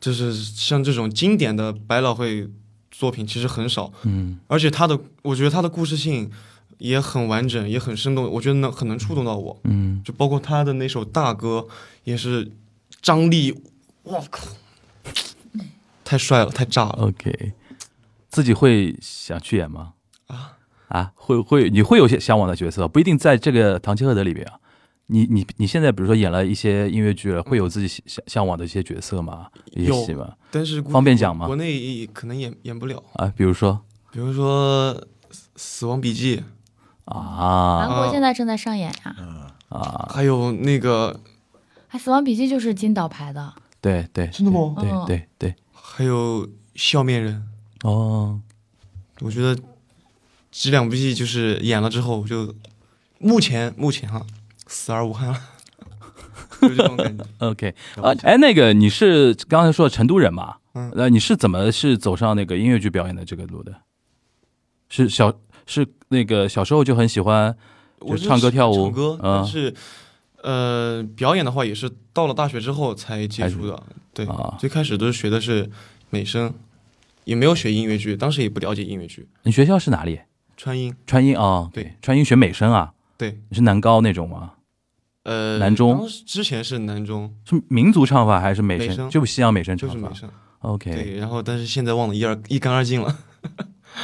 E: 就是像这种经典的百老汇作品其实很少，
D: 嗯
E: 而且它的我觉得它的故事性也很完整，也很生动，我觉得能很能触动到我，
D: 嗯，
E: 就包括他的那首《大歌》也是张力，我靠，太帅了，太炸了，
D: OK，自己会想去演吗？
E: 啊
D: 啊，会会，你会有些向往的角色，不一定在这个《唐吉诃德》里边啊。你你你现在比如说演了一些音乐剧了，会有自己向向向往的一些角色吗？一些
E: 嗯有
D: 戏吗？
E: 但是估计
D: 方便讲吗
E: 国内可能演演不了。
D: 啊，比如说
E: 比如说《死死亡笔记
D: 啊
F: 韩国现在正在上演呀、
D: 啊，》，
E: 还有那个，
F: 还《哎死亡笔记》就是金导拍的，
D: 对对，
E: 真的吗
D: 对对对对，
E: 还有《笑面人》。
D: 哦，
E: 我觉得这两部戏就是演了之后，我就目前目前哈、死而无憾了， 就这 种感觉。
D: OK，啊，哎，那个你是刚才说成都人嘛？
E: 嗯
D: 那你是怎么是走上那个音乐剧表演的这个路的？是小是那个小时候就很喜欢，
E: 我是
D: 唱歌跳舞
E: 唱歌，
D: 嗯
E: 但是呃，表演的话也是到了大学之后才接触的。对
D: 啊，
E: 最开始都是学的是美声，也没有学音乐剧，当时也不了解音乐剧，
D: 你学校是哪里？啊
E: 川音。
D: 川音啊、哦
E: 对，
D: 川音学美声啊？
E: 对，
D: 你是南高那种吗？
E: 呃，
D: 南中
E: 当时之前是南中，
D: 是民族唱法还是美声？
E: 美声
D: 就西洋美声
E: 就
D: 唱
E: 是
D: 法。
E: 美声。
D: OK
E: 对，然后但是现在忘得一二一干二净了。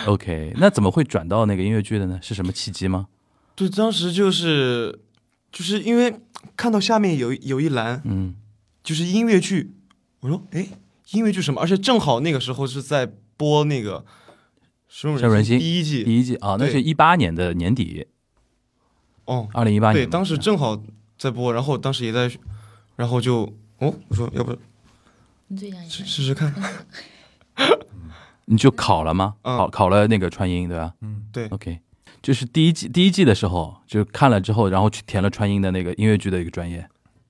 D: OK，那怎么会转到那个音乐剧的呢？是什么契机吗？
E: 对，当时就是就是因为看到下面有一有一栏
D: 嗯
E: 就是音乐剧，我说哎，音乐剧什么？而且正好那个时候是在播那个《深
D: 深入
E: 入
D: 人
E: 人
D: 心
E: 第一季
D: 第一季啊，那
E: 对
D: 是一八年的年底，
E: 哦，
D: 二零一八年
E: 对，
D: 嘛。嗯
E: 当时正好在播，然后当时也在，然后就哦，我说要不
F: 你最想演
E: 试试试看？
D: 你就考了吗？
E: 嗯
D: 考考了那个川音对吧？
E: 对，
D: OK，就是第一季第一季的时候，就是看了之后，然后去填了川音的那个音乐剧的一个专业，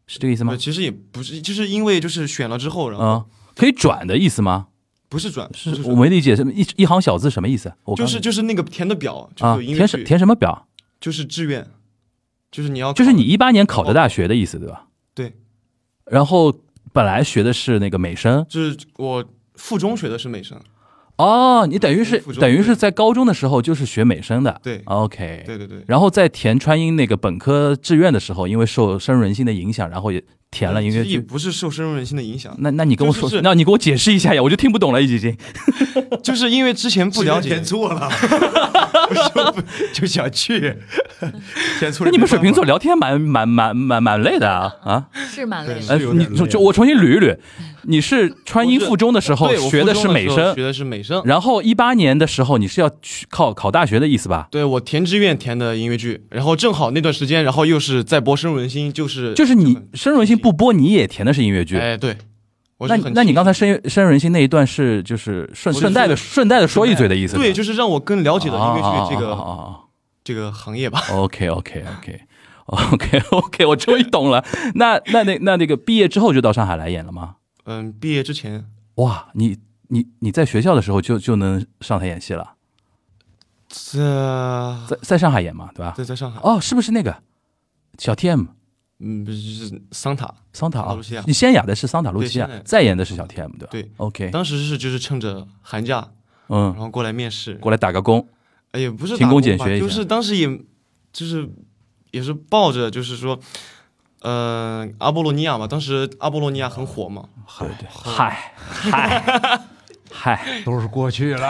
D: 是这个意思吗
E: 对，？其实也不是，就是因为就是选了之后，然后
D: 啊、可以转的意思吗？
E: 不是转，不
D: 是
E: 转
D: 我没理解，什么一一行小字什么意思？我刚
E: 就是就是那个填的表，就是
D: 啊，
E: 有音
D: 填
E: 乐
D: 什
E: 剧，
D: 填什么表？
E: 就是志愿，就是你要
D: 就是
E: 考
D: 你一八年考的大学的意思对吧？
E: 对。
D: 然后本来学的是那个美声
E: 就是我附中学的是美声，
D: 哦，你等于是
E: 附中
D: 等于
E: 对
D: 是在高中的时候就是学美声的，
E: 对
D: ，OK，
E: 对对对，
D: 然后在填川音那个本科志愿的时候，因为受深入人心的影响，然后也填了音乐
E: 其实
D: 剧。
E: 也不是受深入人心的影响，
D: 那那你跟我说，
E: 就是
D: 那你给我解释一下呀，我就听不懂了，已经。
E: 就是因为之前不了解
C: 填，错了，就想 去，填错了。
D: 那你们水瓶座聊天蛮蛮蛮蛮蛮累的啊 啊！
F: 是蛮累
E: 对
D: 哎，
C: 是有点
D: 你
C: 累
D: 就就我重新捋一捋，你是川音
E: 我是
D: 附中的时候
E: 对我
D: 学的
E: 附
D: 是
E: 中
D: 美
E: 时候
D: 声
E: 学，的是美声。
D: 然后一八年的时候你是要去考考大学的意思吧？
E: 对我填志愿填的音乐剧，然后正好那段时间，然后又是在播《深入人心》，就是
D: 就是你
E: 很
D: 深入人心不播，你也填的是音乐剧。
E: 哎，对，我是
D: 那你
E: 很
D: 那你
E: 庆
D: 刚才深深入人心那一段是就是顺
E: 我是
D: 顺带的顺带的说一嘴的意思
E: 幸
D: 吧，
E: 对，就是让我更了解了音乐剧
D: 啊
E: 这
D: 啊
E: 个
D: 啊啊啊
E: 这个行业吧。
D: OK OK OK OK OK，我终于懂了。那那那那那个毕业之后就到上海来演了吗？
E: 嗯，毕业之前
D: 哇，你你你在学校的时候就就能上台演戏了，
E: 在
D: 在在上海演嘛，对吧？
E: 呃在在上海，
D: 哦，是不是那个小 TM
E: 嗯，不是就是桑塔，
D: 桑塔哦
E: 桑塔露西亚
D: 你先演的是桑塔露西亚
E: 对先，演
D: 再演的是小 TM，对吧？
E: 对
D: ，OK，
E: 当时是就是趁着寒假，然
D: 嗯，
E: 后过来面试，
D: 过来打个工，
E: 哎也不是
D: 勤
E: 打
D: 工
E: 工
D: 俭
E: 吧
D: 学一下
E: 就是当时也，就是也是抱着就是说，呃，阿波罗尼亚嘛，当时阿波罗尼亚很 火嘛，
D: 对对，哎嗨嗨 嗨，
C: 都是过去了。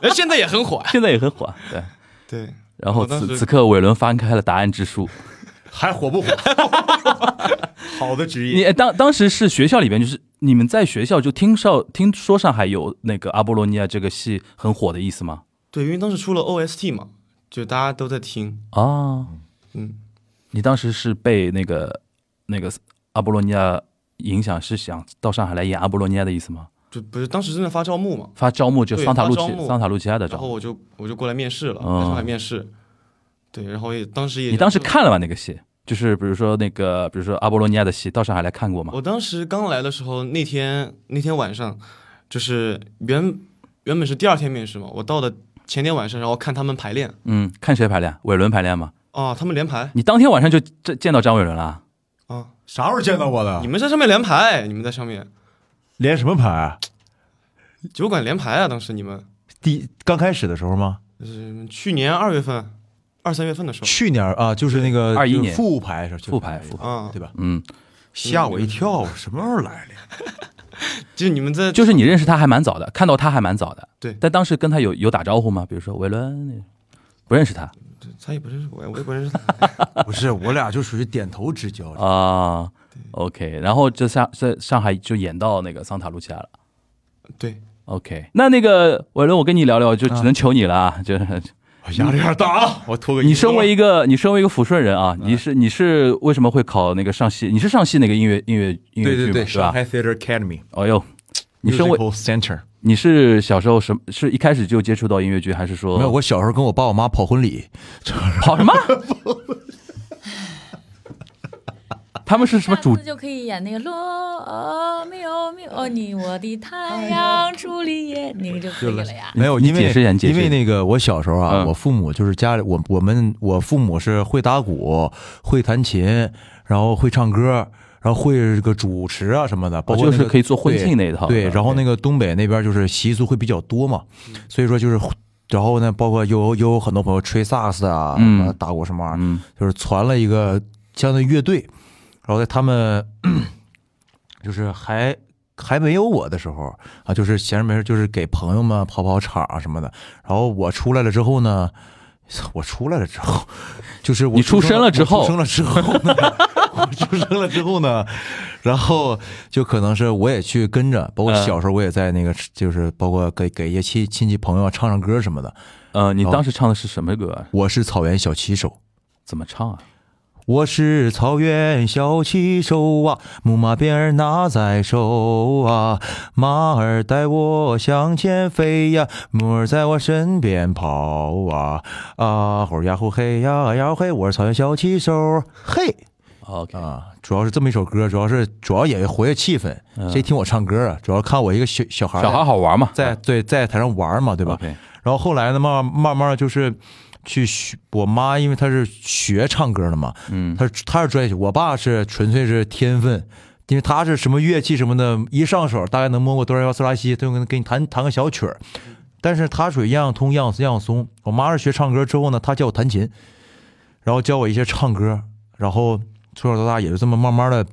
E: 哎，现在也很火呀。
D: 现在也很火，对。
E: 对，
D: 然后
E: 我当
D: 此
E: 时
D: 此刻，伟伦翻开了答案之书，
C: 还火不火？好的职
D: 你
C: 业，
D: 哎当当时是学校里边，就是你们在学校就听上听说上海有那个阿波罗尼亚这个戏很火的意思吗？
E: 对，因为当时出了 OST 嘛，就大家都在听，
D: 啊，
E: 嗯，
D: 你当时是被那个那个阿波罗尼亚影响，是想到上海来演阿波罗尼亚的意思吗？
E: 就不是当时正在发招募嘛，
D: 发招募就
E: 对
D: 桑塔
E: 发
D: 露
E: 招
D: 琪
E: 募
D: 桑塔露琪亚的
E: 然后
D: 招。
E: 我就我就过来面试了，
D: 哦
E: 在上海面试，对，然后也当时也
D: 你当时看了吗？那个戏就是比如说那个，比如说阿波罗尼亚的戏，到上海来看过吗？
E: 我当时刚来的时候，那天那天晚上，就是原原本是第二天面试嘛，我到的前天晚上，然后看他们排练
D: 嗯，看谁排练，伟伦排练吗？
E: 啊，他们连排
D: 你当天晚上就这见到张伟伦了？
E: 啊，
C: 啥时候见到我
D: 啊
C: 的
E: 你？们在上面连排，你们在上面
C: 连什么牌啊？
E: 酒馆连排啊，当时你们
C: 第刚开始的时候吗？
E: 嗯，去年二月份、二三月份的时候
C: 去年啊，就是那个
D: 21年
C: 复牌嗯是
D: 复牌复牌
E: 啊，
C: 对吧？
D: 嗯，
C: 吓我一跳，啊什么时候来的 呀？
E: 就是你们在
D: 就是你认识他还蛮早的，看到他还蛮早的。
E: 对
D: 但当时跟他有有打招呼吗？比如说伟伦，不认识他
E: 他哎也不认识我，我也不认 识他。
C: 不是，我俩就属于点头之交。
D: 啊。OK，然后就上在上海就演到那个桑塔露琪亚了。
E: 对，
D: OK，那那个伟伦，我跟你聊聊，就只能求你了啊！就是
C: 我压力有点大啊，我拖个
D: 你身为一个你身为一个抚顺人啊，你是你是为什么会考那个上戏？你是上戏那个音乐音乐音乐
C: 对对
D: 剧嘛，
C: 对，
D: 是
C: 上
D: 吧？
C: 海 Theater Academy，
D: 哦呦，你身为
C: Musical Center
D: 你是小时候什么？是一开始就接触到音乐剧，还是说
C: 没有？我小时候跟我爸我妈跑婚礼，
D: 跑 什么？他们是什么
F: 下
D: 主
F: 次？就可以演那个哦罗密欧密欧，你我的太阳，朱丽叶，那个就可以了呀。
C: 没有，
D: 你
C: 因为
D: 解释一下你解释
C: 因为那个我小时候啊，
D: 嗯
C: 我父母就是家里我我们我父母是会打鼓、会弹琴，然后会唱歌，然后会这个主持啊什么的，包括、那个
D: 就是可以做婚庆那一套
C: 对，
D: 是
C: 对
D: 吧
C: 然后那个东北那边就是习俗会比较多嘛，
D: 嗯
C: 所以说就是。然后呢，包括有有有很多朋友吹萨克斯啊，
D: 嗯
C: 什么打鼓什么玩意儿，
D: 嗯
C: 就是传了一个相当于乐队，然后在他们 就是还还没有我的时候啊，就是闲着没事就是给朋友们跑跑场啊什么的。然后我出来了之后呢，我出来了之后， 就是我
D: 你出生了之后
C: 我出生了之后呢， 我出生了之后呢，然后就可能是我也去跟着，包括
D: 嗯
C: 小时候我也在那个就是包括给给一些亲亲戚朋友啊唱唱歌什么的。
D: 呃，你当时唱的是什么歌啊？
C: 我是草原小骑手。
D: 怎么唱啊？
C: 我是草原小骑手啊，牧马鞭儿拿在手啊，马儿带我向前飞呀，木儿在我身边跑啊，啊吼呀吼嘿呀呀吼嘿，我是草原小骑手，嘿
D: OK，
C: 啊，主要是这么一首歌，主要是主要也活跃气氛，谁听我唱歌啊？主要看我一个小嗯小孩儿
D: 小孩好玩嘛，
C: 在对在台上玩儿嘛，对
D: 对
C: 吧？
D: ？OK，
C: 然后后来呢，慢慢慢慢就是去学。我妈因为她是学唱歌的嘛，
D: 嗯
C: 她是她是专业，我爸是纯粹是天分，因为他是什么乐器什么的，一上手大概能摸过哆来咪发嗦拉西，他就能给你弹弹个小曲儿。但是他属于样样通样样样松。我妈是学唱歌之后呢，她教我弹琴，然后教我一些唱歌，然后从小到大也就这么慢慢的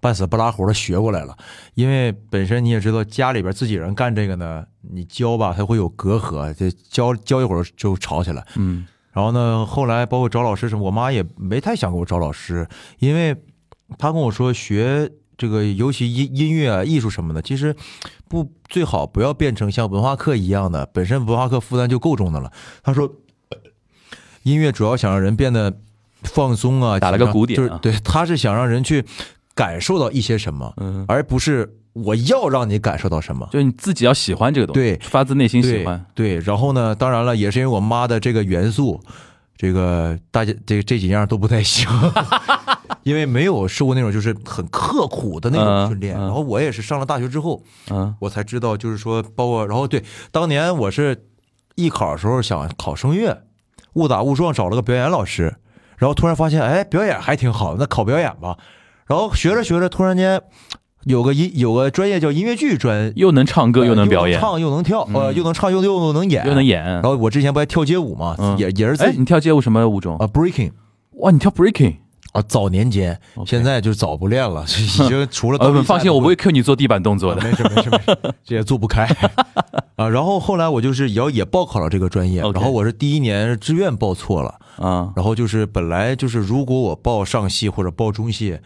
C: 半死不拉活的学过来了。因为本身你也知道，家里边自己人干这个呢，你教吧，它会有隔阂，这教教一会儿就吵起来。
D: 嗯
C: 然后呢，后来包括找老师什么，我妈也没太想给我找老师，因为她跟我说学这个，尤其音音乐啊、艺术什么的，其实不最好不要变成像文化课一样的，本身文化课负担就够重的了。她说，音乐主要想让人变得放松啊，
D: 打了个
C: 想让
D: 鼓点
C: 就是
D: 啊
C: 对，她是想让人去感受到一些什么，
D: 嗯，
C: 而不是我要让你感受到什么。
D: 就是你自己要喜欢这个东西，
C: 对
D: 发自内心喜
C: 对
D: 欢。
C: 对，然后呢，当然了，也是因为我妈的这个元素，这个大家这这几样都不太 行，因为没有受过那种就是很刻苦的那种训练。
D: 嗯嗯
C: 然后我也是上了大学之后，
D: 嗯
C: 我才知道，就是说，包括然后对，当年我是艺考的时候想考声乐，误打误撞找了个表演老师，然后突然发现，哎，表演还挺好，那考表演吧。然后学着学着，突然间有个音有个专业叫音乐剧专，
D: 又能唱歌又能表演，
C: 唱又能跳，呃，
D: 嗯
C: 又能唱又又能演，
D: 又能演。
C: 然后我之前不还跳街舞嘛，
D: 嗯
C: 也也是自
D: 哎，
C: 己
D: 你跳街舞什么舞种
C: 啊？breaking，
D: 哇，你跳 breaking
C: 啊，早年间，
D: OK
C: 现在就早不练了，已经除了倒立
D: 呃，
C: 三
D: 放心，我不会 Q 你做地板动作
C: 啊
D: 的。
C: 没事没事没事，这也做不开啊。然后后来我就是也要也报考了这个专业，
D: OK
C: 然后我是第一年志愿报错了，
D: 啊
C: 然后就是本来就是如果我报上戏或者报中戏，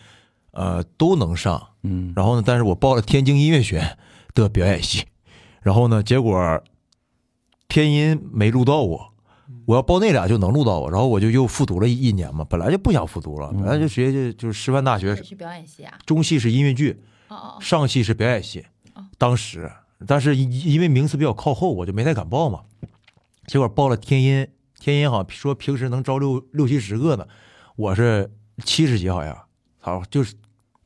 C: 呃都能上，
D: 嗯，
C: 然后呢，但是我报了天津音乐学的表演系，然后呢，结果天音没录到我，我要报那俩就能录到我，然后我就又复读了一年嘛，本来就不想复读了，本来
D: 嗯
C: 就直接就就是师范大学
F: 也是表演系啊。
C: 中戏是音乐剧，
F: 哦哦，
C: 上戏是表演系，当时，但是因因为名次比较靠后，我就没太敢报嘛。结果报了天音，天音好像说平时能招六六七十个呢，我是七十几好像，操，就是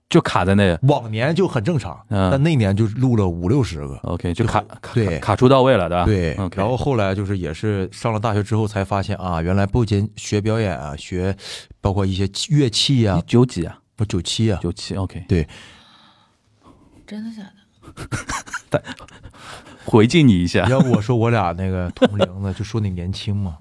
D: 就卡在那
C: 往年就很正常，
D: 嗯哦
C: 但那年就录了五六十个。
D: ，OK，就卡卡
C: 对
D: 卡出到位了，对吧？
C: 对
D: o，k
C: 然后后来就是也是上了大学之后才发现啊，原来不仅学表演啊，学包括一些乐器啊
D: 你，九几啊？
C: 不九七啊，
D: 九七，OK，
C: 对，
F: 真的假的？
D: 回敬你一下
C: 要我说我俩那个同龄的，就说你年轻嘛。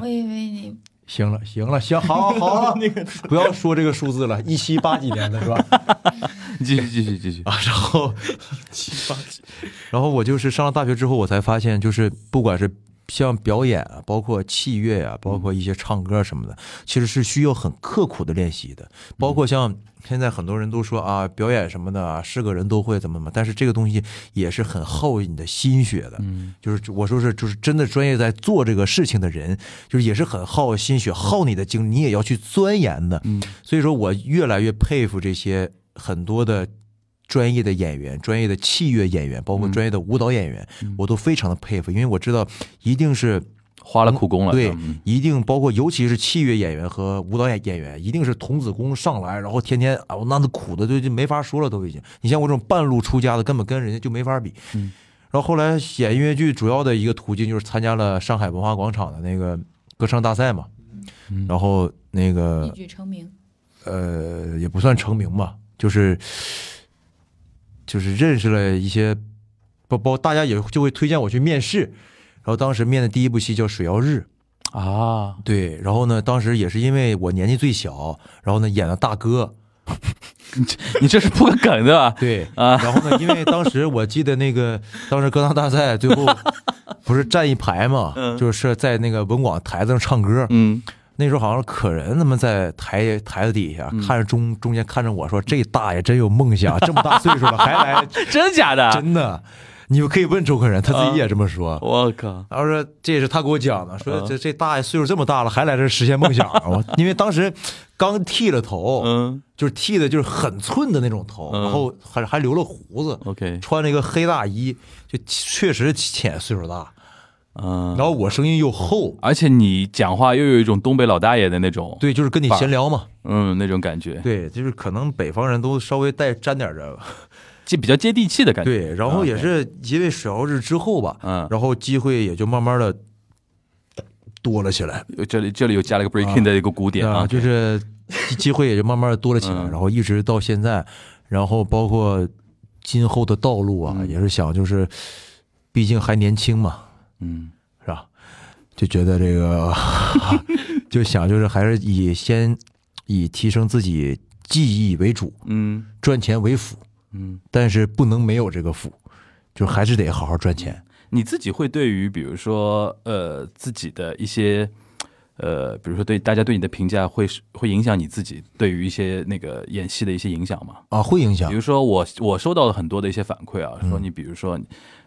F: 我以为你
C: 行了，行了，行，好，好，好， 那个不要说这个数字了，一七八几年的是吧？
D: 继续继续继续。
C: 啊，然后
E: 七八级，
C: 然后我就是上了大学之后，我才发现，就是不管是像表演啊，包括器乐
E: 嗯
C: 啊，包括一些唱歌什么的，其实是需要很刻苦的练习的。包括像现在很多人都说啊，表演什么的啊，是个人都会怎么怎么，但是这个东西也是很耗你的心血的。
D: 嗯，
C: 就是我说是，就是真的专业在做这个事情的人，就是也是很耗心血、耗你的精力，你也要去钻研的。
D: 嗯，
C: 所以说我越来越佩服这些很多的专业的演员、专业的器乐演员，包括
D: 嗯
C: 专业的舞蹈演员，我都非常的佩服，因为我知道一定是
D: 花了苦功了，
C: 对
D: 嗯，
C: 一定包括尤其是器乐演员和舞蹈演演员，一定是童子功上来，然后天天啊，那都苦的都就没法说了，都已经。你像我这种半路出家的，根本跟人家就没法比。
D: 嗯
C: 然后后来演音乐剧主要的一个途径就是参加了上海文化广场的那个歌唱大赛嘛，
D: 嗯
C: 然后那个
F: 一举成名，
C: 呃，也不算成名吧，就是就是认识了一些，包包大家也就会推荐我去面试，然后当时面的第一部戏叫《水曜日》，
D: 啊，
C: 对，然后呢，当时也是因为我年纪最小，然后呢演了大哥，
D: 你这是铺个梗 对吧？
C: 对，
D: 啊
C: 然后呢，因为当时我记得那个当时歌唱大赛最后不是站一排嘛， 就是在那个文广台子上唱歌，
D: 嗯，
C: 那时候好像是可人他们在台台子底
D: 嗯
C: 下看着中中间看着我说这大爷真有梦想，这么大岁数了还 来，
D: 真假的？
C: 真的，你们可以问周可人，他自己也这么说。
D: 我靠，
C: 然后说这也是他给我讲的，说
D: 嗯
C: 这这大爷岁数这么大了，还来这儿实现梦想啊，我因为当时刚剃了头，
D: 嗯
C: 就是剃的就是很寸的那种头，
D: 嗯
C: 然后还还留了胡子，
D: ，OK，
C: 穿了一个黑大衣，就确实浅岁数大。
D: 嗯
C: 然，后我声音又厚，
D: 而且你讲话又有一种东北老大爷的那种，
C: 对，就是跟你
D: 范儿
C: 闲聊嘛，
D: 嗯，那种感觉，
C: 对，就是可能北方人都稍微带沾点儿这个，
D: 接比较接地气的感觉，啊
C: 对，然后也是因为水曜日之后吧，
D: 哎嗯
C: 然后机会也就慢慢的多了起来。
D: 这里这里又加了一个 breaking 的一个鼓点
C: 啊，
D: 啊，
C: 就是机机会也就慢慢的多了起来，
D: 嗯
C: 然后一直到现在，然后包括今后的道路啊，
D: 嗯
C: 也是想就是，毕竟还年轻嘛，
D: 嗯
C: 是吧？就觉得这个， 就想就是还是以先以提升自己技艺为主，
D: 嗯
C: 赚钱为辅，
D: 嗯，
C: 但是不能没有这个辅，就还是得好好赚钱。
D: 你自己会对于比如说呃自己的一些。呃，比如说对大家对你的评价会是会影响你自己对于一些那个演戏的一些影响吗？
C: 啊，嗯会影响
D: 比如说我我收到了很多的一些反馈啊，说你比如说，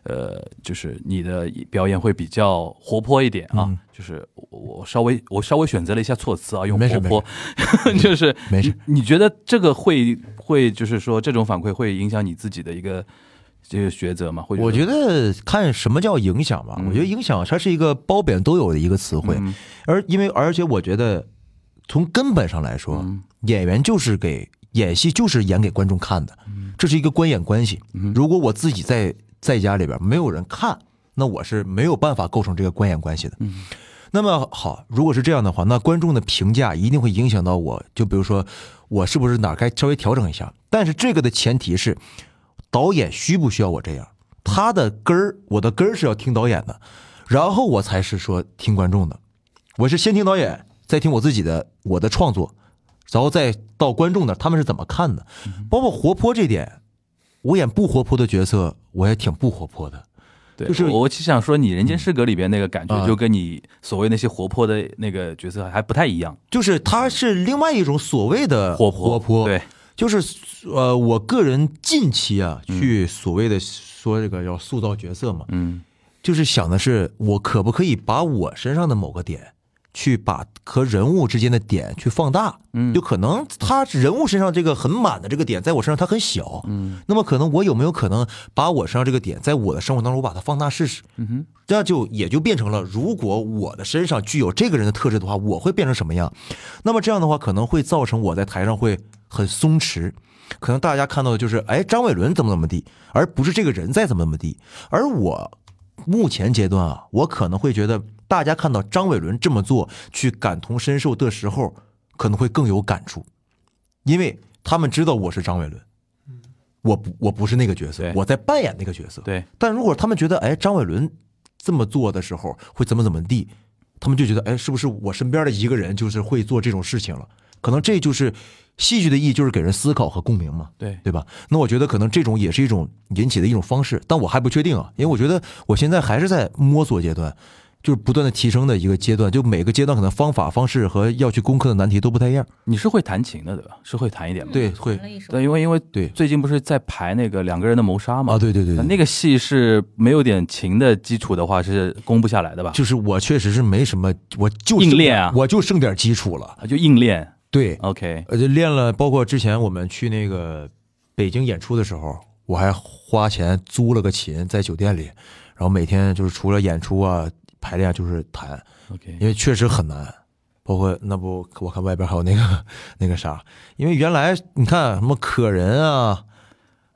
D: 呃，就是你的表演会比较活泼一点啊，
C: 嗯
D: 就是我我稍微我稍微选择了一下措辞啊，用
C: 没事
D: 活泼， 就是
C: 没事
D: 你。你觉得这个会会就是说这种反馈会影响你自己的一个这个抉择吗？会
C: 我
D: 得
C: 觉得看什么叫影响吧。我觉得影响它是一个褒贬都有的一个词汇，
D: 嗯
C: 而因为而且我觉得从根本上来说，
D: 嗯
C: 演员就是给演戏就是演给观众看的，
D: 嗯
C: 这是一个观演关系。如果我自己在在家里边没有人看，那我是没有办法构成这个观演关系的。
D: 嗯
C: 那么好，如果是这样的话，那观众的评价一定会影响到我。就比如说，我是不是哪儿该稍微调整一下？但是这个的前提是，导演需不需要我这样？他的根儿，我的根儿是要听导演的，然后我才是说听观众的。我是先听导演，再听我自己的我的创作，然后再到观众那儿，他们是怎么看的？包括活泼这点，我演不活泼的角色，我也挺不活泼的。
D: 对，
C: 就是
D: 我我其实想说，你《人间失格》里边那个感
C: 啊
D: 觉，就跟你所谓那些活泼的那个角色还不太一样，
C: 就是他是另外一种所谓的
D: 活
C: 活
D: 泼，
C: 泼，
D: 对，
C: 就是呃，我个人近期啊，去所谓的说这个要塑造角色嘛，
D: 嗯，
C: 就是想的是我可不可以把我身上的某个点，去把和人物之间的点去放大，
D: 嗯
C: 就可能他人物身上这个很满的这个点，在我身上它很小，嗯，那么可能我有没有可能把我身上这个点，在我的生活当中我把它放大试试，嗯
D: 哼，
C: 这样就也就变成了，如果我的身上具有这个人的特质的话，我会变成什么样？那么这样的话，可能会造成我在台上会很松弛，可能大家看到的就是，哎，张伟伦怎么怎么地，而不是这个人在怎么怎么地。而我目前阶段啊，我可能会觉得，大家看到张伟伦这么做，去感同身受的时候，可能会更有感触，因为他们知道我是张伟伦。我不，我不是那个角色
D: 对，
C: 我在扮演那个角色。
D: 对，
C: 但如果他们觉得，哎，张伟伦这么做的时候会怎么怎么地，他们就觉得，哎，是不是我身边的一个人就是会做这种事情了？可能这就是戏剧的意义，就是给人思考和共鸣嘛，
D: 对
C: 对吧？那我觉得可能这种也是一种引起的一种方式，但我还不确定啊，因为我觉得我现在还是在摸索阶段，就是不断的提升的一个阶段，就每个阶段可能方法、方式和要去攻克的难题都不太一样。
D: 你是会弹琴的对吧？是会弹一点吗？
C: 对，会
F: 弹了一首
D: 对，因为因为
C: 对
D: 最近不是在排那个两个人的谋杀嘛，
C: 啊，对对对对，
D: 那个戏是没有点情的基础的话是攻不下来的吧？
C: 就是我确实是没什么，我就
D: 硬
C: 剩
D: 练
C: 点
D: 啊
C: 我就剩点基础了。
D: 啊就硬练
C: 对，
D: ，OK，
C: 呃，就练了，包括之前我们去那个北京演出的时候，我还花钱租了个琴在酒店里，然后每天就是除了演出啊、排练啊就是弹，
D: OK
C: 因为确实很难。包括那不，我看外边还有那个 那个啥，因为原来你看什么可人啊、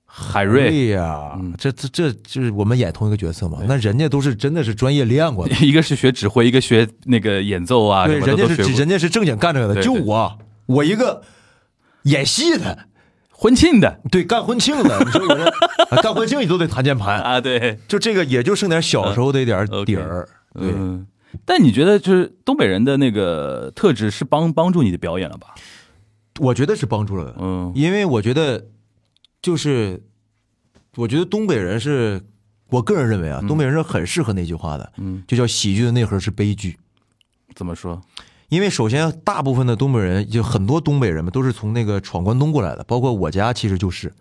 D: 海瑞，
C: 呀、
D: 嗯
C: 这这这就是我们演同一个角色嘛，那人家都是真的是专业练过的，
D: 一个是学指挥，一个学那个演奏啊，
C: 对，
D: 什么
C: 人
D: 的
C: 家
D: 都
C: 是
D: 学过
C: 人家是正经干这个的，
D: 对
C: 就
D: 对
C: 我我一个演戏的。
D: 婚庆 的
C: 对，干婚庆的，你说我这干婚庆你都得弹键盘，
D: 啊，对，
C: 就这个也就剩点小时候的点儿底儿。对，
D: 嗯，但你觉得就是东北人的那个特质是帮帮助你的表演了吧？
C: 我觉得是帮助了，
D: 嗯
C: 因为我觉得就是，我觉得东北人是我个人认为啊，东北人是很适合那句话的，
D: 嗯，
C: 就叫喜剧的内核是悲剧。
D: 怎么说？
C: 因为首先，大部分的东北人，就很多东北人嘛，都是从那个闯关东过来的，包括我家其实就是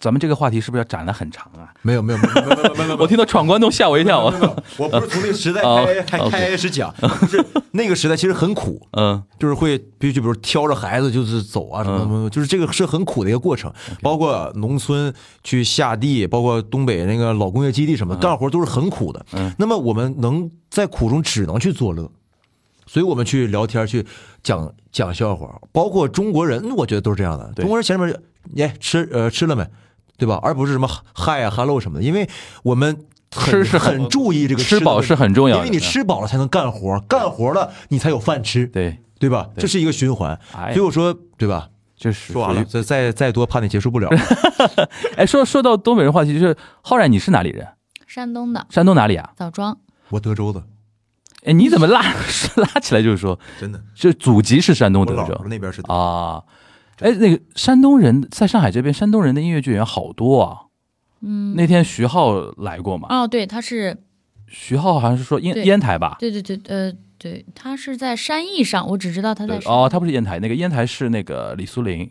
D: 咱们这个话题是不是要展得很长啊？
C: 没有没有没有没有没有没有没有
D: 我听到闯关东吓我 一跳。
C: 我不是从那个时代
D: 哦
C: 开开
D: OK
C: 开始讲，就是那个时代其实很苦，
D: 嗯
C: 就是会必须就比如挑着孩子就是走啊什么什
D: 嗯
C: 么，就是这个是很苦的一个过程，包括农村去下地，包括东北那个老工业基地
D: 嗯
C: 什么，干活都是很苦的。那么我们能在苦中只能去作乐，所以我们去聊天去讲讲笑话，包括中国人，我觉得都是这样的。
D: 对
C: 中国人前面就哎吃呃吃了没，对吧？而不是什么嗨啊 hello 什么的，因为我们很
D: 吃是很
C: 很注意这个
D: 吃
C: 的
D: 饱
C: 问题
D: 是很重要的
C: 因为你吃饱了才能干活，干活了你才有饭吃。
D: 对，
C: 对吧？
D: 对
C: 这是一个循环，
D: 哎呀
C: 所以我说，对吧？
D: 这是
C: 说完了，
D: 属于。
C: 再再再多，怕你结束不了。
D: 哎，说说到东北人话题，就是浩然，你是哪里人？
F: 山东的
D: 山东哪里啊？
F: 枣庄，
C: 我德州的，
D: 哎，你怎么拉 拉起来就是说，
C: 真的，
D: 这祖籍是山东
C: 我
D: 德
C: 老
D: 州
C: 婆那边是德州
D: 啊？哎，那个山东人在上海这边，山东人的音乐剧演员好多啊。
F: 嗯，
D: 那天徐浩来过嘛？
F: 哦，对，他是，
D: 徐浩好像是说烟
F: 对
D: 烟台吧？
F: 对对对，呃，对，他是在山艺上，我只知道他在
D: 对
F: 山
D: 哦，他不是烟台，那个烟台是那个李苏林，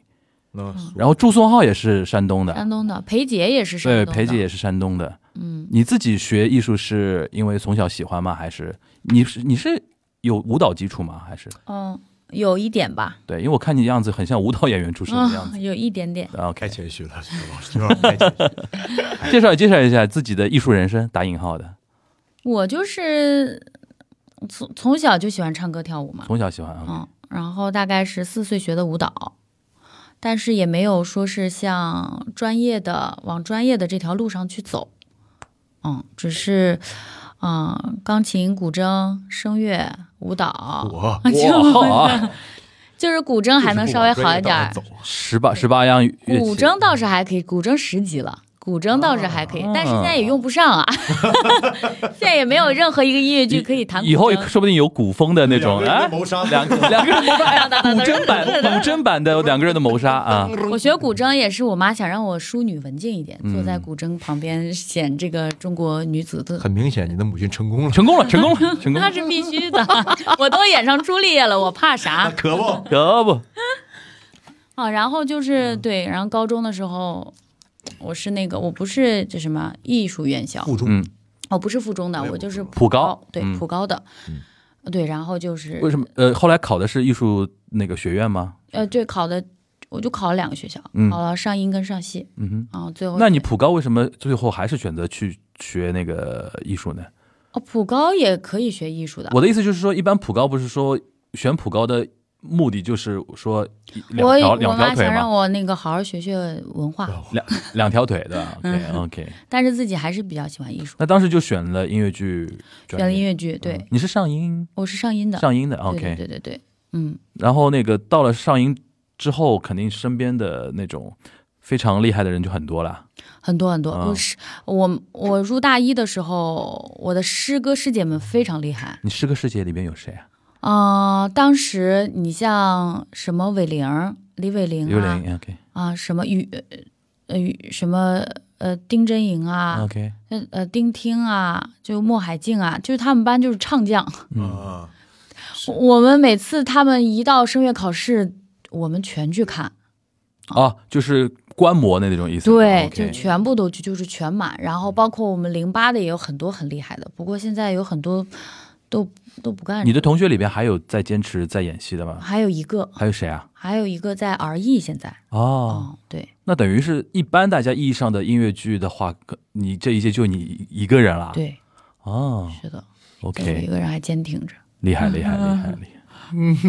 C: 嗯
D: 然后朱松浩也是山东的，
F: 山东的，裴杰也嗯是山
D: 对，
F: 东的，
D: 裴姐也是山东的。
F: 嗯，
D: 你自己学艺术是因为从小喜欢吗？还是你是你是有舞蹈基础吗？还是
F: 嗯，有一点吧，
D: 对？因为我看你样子很像舞蹈演员出身的样
F: 啊、
D: 子。
F: 有一点点，
D: 啊
C: 太
D: OK，
C: 谦虚了，老师有点太谦虚了。
D: 介绍介绍一下自己的艺术人生，打引号的，
F: 我就是从从小就喜欢唱歌跳舞嘛，
D: 从小喜欢。OK 啊
F: 嗯，然后大概十四岁学的舞蹈，但是也没有说是像专业的往专业的这条路上去走，嗯，只是嗯、钢琴、古筝、声乐、舞蹈，
C: 我
D: 哇 啊，
F: 就是古筝还能稍微好一点儿，
C: 就是不往专业道上走
D: 十八十八样乐器，
F: 古筝倒是还可以，古筝十级了，古筝倒是还可以，
D: 哦
F: 但是现在也用不 上啊，现在也没有任何一个音乐剧可以弹古筝。
D: 以后说不定有古风的那种啊，
C: 谋杀
D: 两个两个人谋杀，哎古筝版古筝版的两个人的谋杀啊，
F: 我学古筝也是我妈想让我淑女文静一点，坐
D: 嗯
F: 在古筝旁边显这个中国女子的。
C: 很明显，你的母亲成功了，
D: 成功了，成功了，成功
F: 那
D: 了，
F: 是必须的， 我都演上朱丽叶了，我怕啥？
C: 可不，
D: 可不，
F: 啊，然后
D: 嗯
F: 就是对，然后高中的时候，我是那个我不是这什么艺术院校，
C: 附中
D: 嗯，
F: 我不是附中的，
C: 没有
F: 我就是
D: 普高
F: 对
D: 嗯
F: 普高的，对，然后就是
D: 为什么？呃，后来考的是艺术那个学院吗？
F: 呃，对，考的我就考了两个学校，
D: 嗯
F: 考了上音跟上戏，
D: 嗯哼，
F: 啊，最后
D: 那你普高为什么最后还是选择去学那个艺术呢？
F: 哦普高也可以学艺术的，
D: 我的意思就是说，一般普高不是说选普高的目的就是说一两
F: 我
D: 条
F: 我
D: 两条
F: 妈
D: 腿
F: 想让
D: 嘛，
F: 我那个好好学学文化，
D: 两两条腿对 吧？OK
F: 嗯
D: OK，
F: 但是自己还是比较喜欢艺术，
D: 那当时就选了音乐剧专业，
F: 选了音乐剧，对、
D: 嗯你是上音
F: 我是上音的，
D: 上音的
F: 对对
D: OK，
F: 对对对，嗯，
D: 然后那个到了上音之后，肯定身边的那种非常厉害的人就很多了。
F: 很多很多，
D: 啊
F: 我是我我入大一的时候，我的师哥师姐们非常厉害，
D: 你师哥师姐里边有谁啊？
F: 啊、当时你像什么伟玲儿、李伟玲
D: 刘
F: 啊，
D: 玲 OK
F: 啊什么于呃于什么呃丁真莹啊，
D: OK，
F: 呃呃，丁听啊，就莫海静啊，就是他们班就是唱将。
D: 嗯，
C: 啊，
F: 我我们每次他们一到声乐考试，我们全去看，
D: 哦，就是观摩的那种意思。
F: 对
D: o
F: 就
D: k
F: 全部都去，就是全满。然后包括我们零八的也有很多很厉害的，不过现在有很多都都不干
D: 你。的同学里边还有在坚持在演戏的吗？
F: 还有一个，
D: 还有谁啊？
F: 还有一个在 R E 现在，
D: 哦，
F: 哦，对，
D: 那等于是一般大家意义上的音乐剧的话，可你这一届就你一个人了。，
F: 对，
D: 哦
F: 是的，对有一
D: ，OK，
F: 个人还坚挺着。
D: 厉害厉害厉害厉害，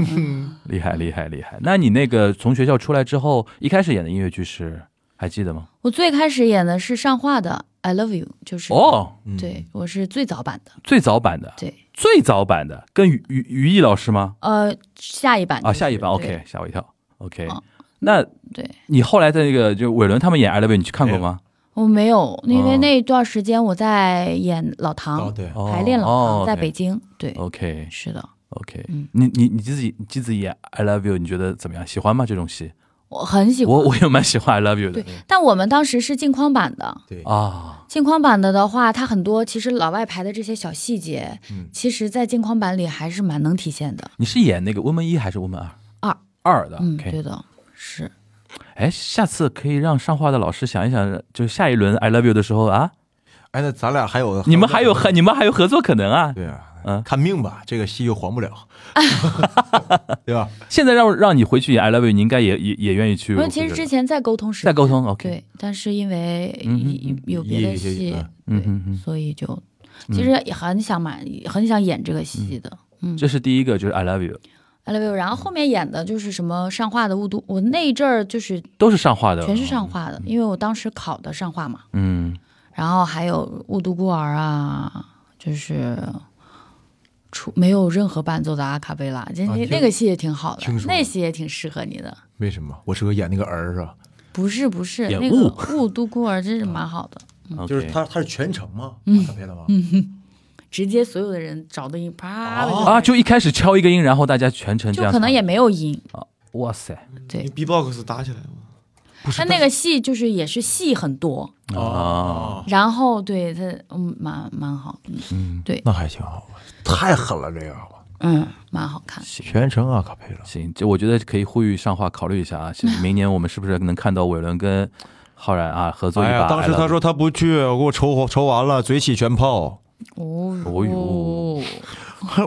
D: 厉害厉害厉害。那你那个从学校出来之后，一开始演的音乐剧是还记得吗？
F: 我最开始演的是上画的《I Love You》，就是，
D: 哦，
C: 嗯，
F: 对我是最早版的，
D: 最早版的，
F: 对，
D: 最早版的，跟于于于毅老师吗？
F: 呃，下一版
D: 啊，
F: 就是
D: 下一版
F: 对
D: ，OK，吓我一跳，OK
F: 嗯。
D: 那
F: 对。
D: 你后来在那个就伟伦他们演《I Love You》，你去看过吗？
F: 我没有，因为
D: 哦
F: 那段时间我在演老唐，
C: 哦对，
D: 哦
F: 排练老
D: 哦
F: 唐，在
D: OK
F: 北京。对，
D: OK
F: 是的，
D: OK，
F: 嗯
D: 你你你自己你自己演 I Love You，你觉得怎么样？喜欢吗？这种戏？
F: 我很喜
D: 我
F: 欢。
D: 我也蛮喜欢 I Love You 的
F: 对，但我们当时是镜框版的，
C: 对，
D: 啊，
F: 镜框版的的话，它很多其实老外排的这些小细节，
C: 嗯
F: 其实在镜框版里还是蛮能体现的。
D: 你是演那个温文一还是温文二？
F: 二
D: 二的
F: 嗯，
D: ，OK
F: 对。的，是
D: 哎，下次可以让上画的老师想一想，就下一轮 I Love You 的时候啊，
C: 哎，那咱俩还有，
D: 你们还有合，你们还有合作可能啊。
C: 对啊，
D: 嗯
C: 看命吧，这个戏又黄不 了，对吧？
D: 现在让让你回去演 I Love You，你应该也也也愿意去
F: 因
D: 回
F: 为
D: 去的。
F: 其实之前在沟通时
D: 在沟通，OK。
F: 对，但是因为
D: 嗯嗯
F: 有
D: 嗯
F: 有别的
C: 一些
F: 戏，
D: 嗯
F: 对
D: 嗯嗯，
F: 所以就其实也很想买，很想演这个戏的。嗯，
D: 这是第一个，就是 I Love You，
F: I love you。然后后面演的就是什么上画的雾都，我那一阵儿就是
D: 都是上画的，
F: 全是上画的，因为我当时考的上画嘛。
D: 嗯。
F: 然后还有雾都孤儿啊，就是出没有任何伴奏的阿卡贝拉，那那
C: 听
F: 那个戏也挺好的
C: 听，说
F: 那戏也挺适合你的。
C: 为什么？我适合演那个儿啊是吧？
F: 不是不是，
D: 演
F: 那个雾都孤儿真是蛮好的，
D: 嗯，OK
C: 就是他，他是全程吗？嗯，配的吗？
F: 直接所有的人找的音啪
C: 哦
D: 啊，就一开始敲一个音，然后大家全程这
F: 就
D: 样唱，
F: 可能也没有音。
D: 哇塞
E: 你
F: 对，
E: B-box 哎打起来吗？
F: 但那个戏就是也是戏很多，
D: 啊！
C: 哦，
F: 然后对它嗯蛮蛮好，嗯
C: 那还行好吧？太狠了，这个
F: 嗯蛮好看。
C: 全程啊，卡配了。
D: 行，就我觉得可以呼吁上话考虑一下啊，其实明年我们是不是能看到伟伦跟浩然啊合作一
C: 哎
D: 把？
C: 呀，当时他说他不去，我给我愁愁完了，嘴起全泡。
F: 哦
D: 哦哟，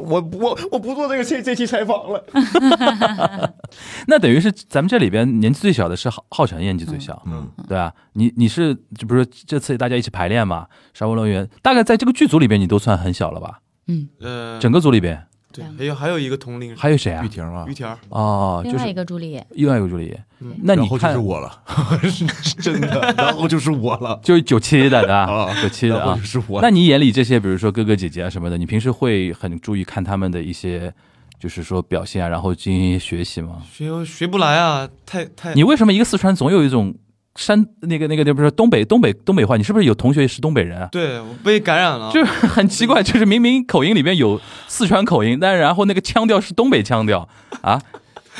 C: 我我我不做这个这这期采访了。
D: 那等于是咱们这里边年纪最小的是浩浩辰，年纪最小，
C: 嗯，
D: 对吧、你你是就比如说这次大家一起排练嘛，沙窝乐园，大概在这个剧组里边你都算很小了吧？
E: 呃，
D: 整个组里边
E: 对，还有还有一个同龄人，
D: 还有谁啊
C: 玉？婷啊
E: 于，田儿，
D: 哦，
F: 另
D: 就
F: 外一
D: 是
F: 个朱丽叶，
D: 另外一个助理
E: 嗯。
D: 那你
C: 然后就
D: 看
C: 是，我了， 真的，然后就是我 了，
D: 就是九七的对 吧？
C: 啊
D: 九七的
C: 然后
D: 啊
C: 就。是我了
D: 那。你眼里这些，比如说哥哥姐姐啊什么的，你平时会很注意看他们的一些，就是说表现啊，然后进行一些学习吗？
E: 学学不来啊，太太
D: 你为什么一个四川总有一种山那个那个那不是东北东北东北话，你是不是有同学是东北人啊？
E: 对我被感染了，
D: 就是很奇怪，就是明明口音里边有四川口音，但然后那个腔调是东北腔调啊。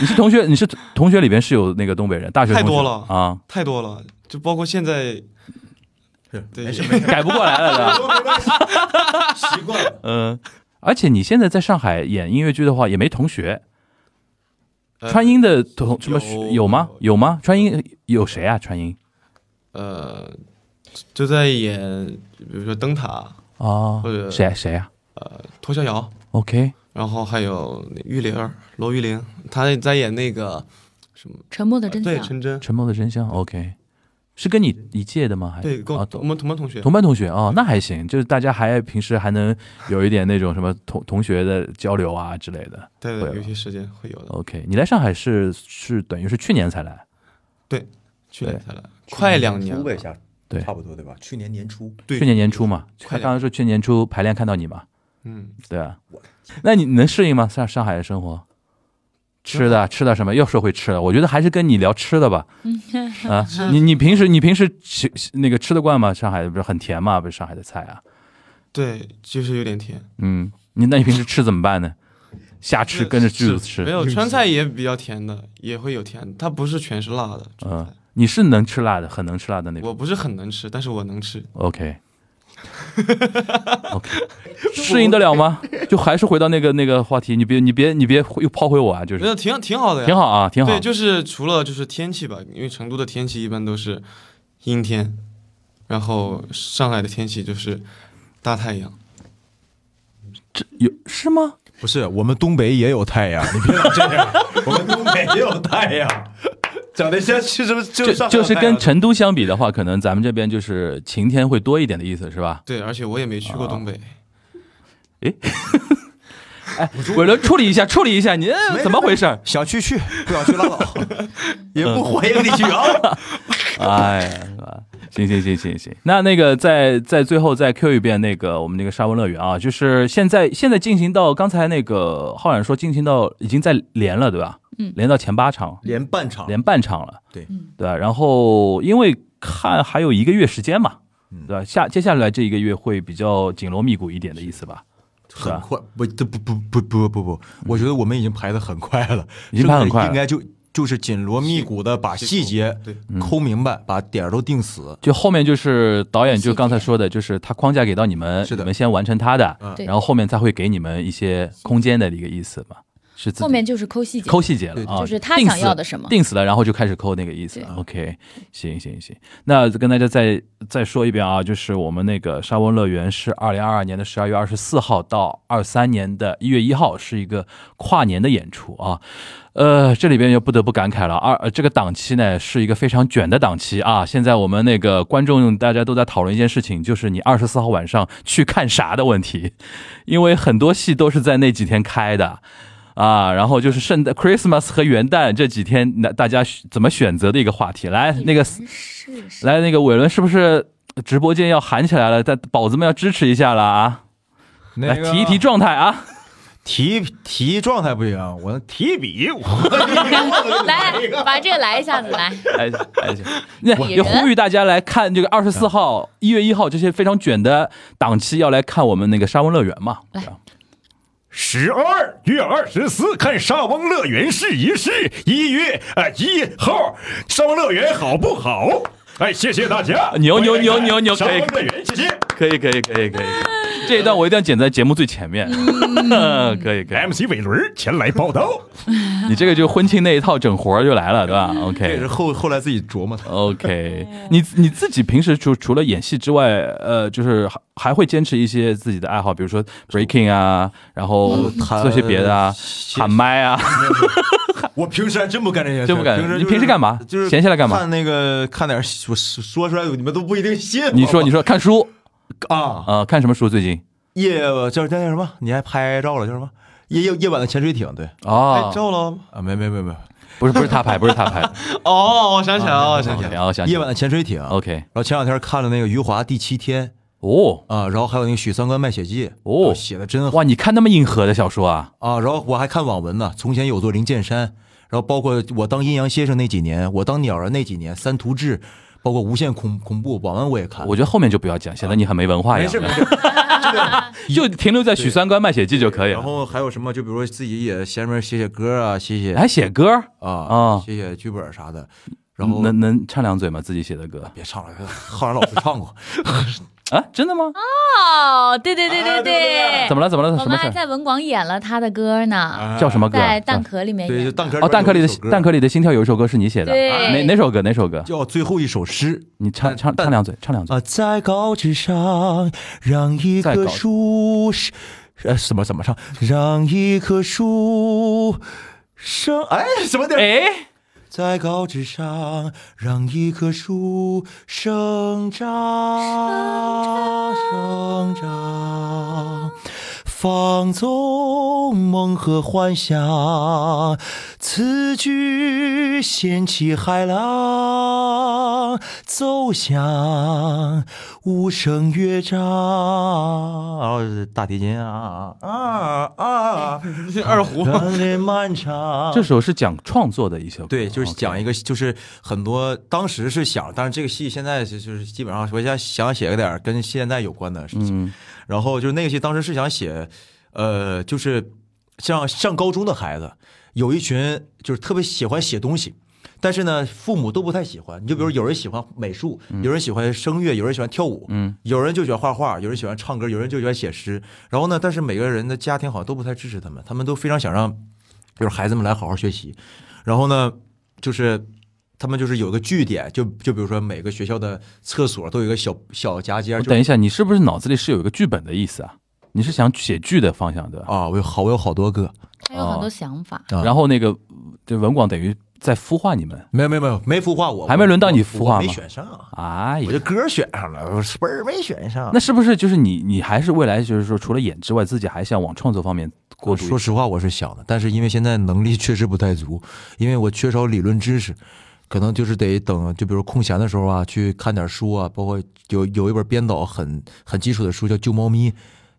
D: 你是同学，你是同学里边是有那个东北人，大学同学
E: 太多了
D: 啊，
E: 太多了，就包括现在，对，
D: 改不过来了，对 吧？
C: 习惯了。
D: 嗯，而且你现在在上海演音乐剧的话，也没同学，
E: 呃
D: 川音的同什么学
E: 有
D: 有吗？有吗？川音有谁啊？川音
E: 呃，就在演，比如说灯塔、
D: 啊
E: 或者，
D: 谁谁啊
E: 脱逍遥，
D: ？OK，
E: 然后还有那玉玲儿、罗玉玲，她在演那个什么？
F: 沉默的真
E: 对，
F: 相，
E: 陈真，
D: 《沉默的真相》OK，是跟你一届的吗？还
E: 嗯对，跟
D: 啊
E: 我我们同班同学，
D: 同班同学哦，那还行，就是大家还平时还能有一点那种什么同同学的交流啊之类的。
E: 对
D: 会
E: 对，
D: 有
E: 有些时间会有的。
D: OK，你来上海是是等于是去年才来，
E: 去年才来，快两年
C: 年
E: 了
C: 初吧，一下，
D: 对
C: 差不多对吧？去年年初，
E: 对
D: 去年年初嘛，
E: 快
D: 刚
E: 两
D: 刚说去年年初排练看到你嘛，
E: 嗯，
D: 对啊，那你能适应吗？上上海的生活，吃
E: 啊
D: 的吃的什么？又说回吃的，我觉得还是跟你聊吃的吧。啊，你你平时你平时吃那个吃得惯吗？上海不是很甜吗？不是上海的菜啊，
E: 对，就是有点甜。
D: 嗯，你那你平时吃怎么办呢？瞎吃跟着剧组吃
E: 没，有川菜也比较甜的，也会有甜，它不是全是辣的。川菜
D: 嗯，你是能吃辣的，很能吃辣的那 种。
E: 我不是很能吃，但是我能吃。
D: OK。OK，适应得了吗？就还是回到那个那个话题，你别你别你别又抛回我啊，就
E: 觉得
D: 是
E: 挺挺好的呀，
D: 挺好啊，挺好
E: 对，。就是除了就是天气吧，因为成都的天气一般都是阴天，然后上海的天气就是大太阳。
D: 这有是吗？
C: 不是我们东北也有太 阳，你别老这样，我们东北也有太阳，讲的像是不是就
D: 就是
C: 上海
D: 就
C: 有
D: 是
C: 太阳
D: 跟成都相比的话，可能咱们这边就是晴天会多一点的意思，是吧？
E: 对，而且我也没去过东北，
D: 哎，伟伦处理一下，处理一下，你
C: 没
D: 呃
C: 没
D: 怎么回事儿？
C: 想去去，不想去拉倒， 也不欢迎你去啊。
D: 哎呀，行行行行行，那那个再再最后再 Q 一遍那个我们那个沙温乐园啊，就是现在现在进行到刚才那个浩然说进行到已经在连了，对吧？
F: 嗯
D: 连到前八场，
C: 连半场，
D: 连半场了，
C: 对
D: 对吧？然后因为看还有一个月时间嘛
C: 嗯。
D: 对吧？下接下来这一个月会比较紧锣密鼓一点的意思吧？
C: 很快，不不不不不不不，我觉得我们已经排的很快了，
D: 已经排很快了
C: 应该就就是紧锣密鼓的把细节
E: 对
C: 抠明白，把点儿都定死。
D: 就后面就是导演就刚才说的，就是他框架给到你们，
C: 是的
D: 你们先完成他的
C: 嗯，
F: 对
D: 然后后面他会给你们一些空间的一个意思嘛，是自己
F: 后面就是抠细节，
D: 抠细节了
C: 对
D: 啊，
F: 就是他
D: 定
F: 想
D: 死
F: 要的什么
D: 定死了，然后就开始抠那个意思
F: 对。
D: OK，行行行，那跟大家再再说一遍啊，就是我们那个沙翁乐园是二零二二年的十二月二十四号到二三年的一月一号是一个跨年的演出啊。呃，这里边又不得不感慨了，二、呃、这个档期呢是一个非常卷的档期啊。现在我们那个观众大家都在讨论一件事情，就是你二十四号晚上去看啥的问题，因为很多戏都是在那几天开的。啊，然后就是圣诞、Christmas 和元旦这几天，那大家选怎么选择的一个话题。来，那个
A: 是是，
D: 来那个伟伦是不是直播间要喊起来了？但宝子们要支持一下了啊！
C: 那
D: 来
C: 个
D: 提一提状态 啊！
C: 提提状态不行，我能提笔，我
F: 来，把这个来一下子来，
D: 哎哎，那
F: 我
D: 也呼吁大家来看这个二十四号、一月一号这些非常卷的档期，要来看我们那个沙翁乐园嘛。
F: 来
D: 对吧
G: 十二月二十四看沙翁乐园试一试，一月啊一号沙翁乐园好不好？哎，谢谢大家，
D: 牛牛牛牛牛
G: 沙翁
D: 可以
G: 乐园，谢谢。
D: 可以可以可以可以，这一段我一定要剪在节目最前面。 可以可以。
G: MC 伟伦儿前来报道。
D: 你这个就婚庆那一套整活儿就来了，对吧
C: 这也是
D: ？OK
C: 后后来自己琢磨 的。
D: OK，你你自己平时除除了演戏之外，呃，就是还还会坚持一些自己的爱好，比如说 breaking 啊，然后
C: 弹
D: 做些别的啊，
C: 哦写
D: 喊麦啊，
C: 我平时还真不干这些事，
D: 真不干
C: 平时
D: 你
C: 就是
D: 平时干嘛
C: 就是
D: 闲下来干嘛
C: 看那个看点儿，我说出来你们都不一定信我。
D: 你说你说看书
C: 啊，
D: 啊、呃看什么书最近？
C: 夜叫叫叫什么？你还拍照了叫什么？夜夜夜晚的潜水艇，对
E: 拍
D: 哦，
E: 照了。
C: 啊，没没没没，
D: 不是不是他拍，不是他 拍
E: 哦，我想起来了，我想起来
D: ，OK，
E: 了，
D: 然后想起
C: 夜晚的潜水艇。然
D: OK，
C: 后前两天看了那个余华第七天
D: 哦
C: 啊，然后还有那个许三观卖血记
D: 哦
C: 写的真好
D: 哇，你看那么硬核的小说啊？
C: 啊。然后我还看网文呢，从前有座灵剑山，然后包括我当阴阳先生那几年，我当鸟人那几年，三途志。包括无限恐恐怖，晚安我也看。
D: 我觉得后面就不要讲，显得你很没文化
C: 没
D: 一样。
C: 事没事，
D: 就停留在许三观卖血记就可以
C: 然
D: 了。
C: 后还有什么？就比如说自己也闲着写写歌啊，写写
D: 还写歌儿，
C: 啊
D: 哎啊嗯
C: 写写剧本啥的。然后
D: 能能唱两嘴吗？自己写的歌
C: 别唱了，浩然老师唱 过。
D: 啊？真的吗？
F: 哦，对对对对对，
D: 哎怎么了？怎么了？
F: 我
D: 什
F: 们
D: 么
F: 还
D: 事
F: 在文广演了他的歌呢，
D: 儿？叫什么歌？啊
F: 在蛋壳里面
C: 对，就
F: 演。
C: 啊蛋壳
D: 哦，蛋壳里的蛋
C: 壳
D: 壳里的心跳有一首歌是你写的，啊
F: 对
D: 哪哪首歌？哪首歌？
C: 叫最后一首诗
D: 你唱唱唱两嘴，唱两嘴。
C: 啊，在高枝上，让一
D: 在
C: 棵
D: 高
C: 树是呃怎么怎么唱？让一棵树生哎什么点？
D: 哎，
C: 在高枝上，让一棵树生长，生长，放纵梦和幻想。此举掀起海浪，走向无声乐章。然后哦是大提琴啊啊啊！
E: 二胡。
C: 人类漫长。
D: 这首是讲创作的一首歌，
C: 啊对，就是讲一
D: 个
C: 个，就是很多当时是想，但是这个戏现在就就是基本上，我想想写个点儿跟现在有关的事情。
D: 嗯
C: 然后就是那个戏当时是想写，呃，就是像上高中的孩子，有一群就是特别喜欢写东西。但是呢，父母都不太喜欢。你就比如有人喜欢美术，有人喜欢声乐，有人喜欢跳舞，
D: 嗯，
C: 有人就喜欢画画，有人喜欢唱歌，有人就喜欢写诗。然后呢，但是每个人的家庭好像都不太支持他们，他们都非常想让就是孩子们来好好学习。然后呢，就是他们就是有个据点，就就比如说每个学校的厕所都有一个小小夹间，
D: 我
C: 就是
D: 哦等一下，你是不是脑子里是有一个剧本的意思啊？你是想写剧的方向对吧？
C: 啊，我有好我有好多个，
F: 他有
D: 哦
F: 很多想法，
C: 啊
D: 然后那个这文广等于在孵化你们。
C: 没有没有没有没孵化我，
D: 还没轮到你孵化吗
C: 我没选上，
D: 哎
C: 我这
D: 呀，
C: 歌选上了，我本儿没选上。
D: 那是不是就是你你还是未来就是说除了演之外，自己还想往创作方面过渡一？
C: 呃说实话，我是想的，但是因为现在能力 确实不太足，因为我缺少理论知识，可能就是得等，就比如空闲的时候啊，去看点书啊，包括有有一本编导很很基础的书叫《救猫咪》，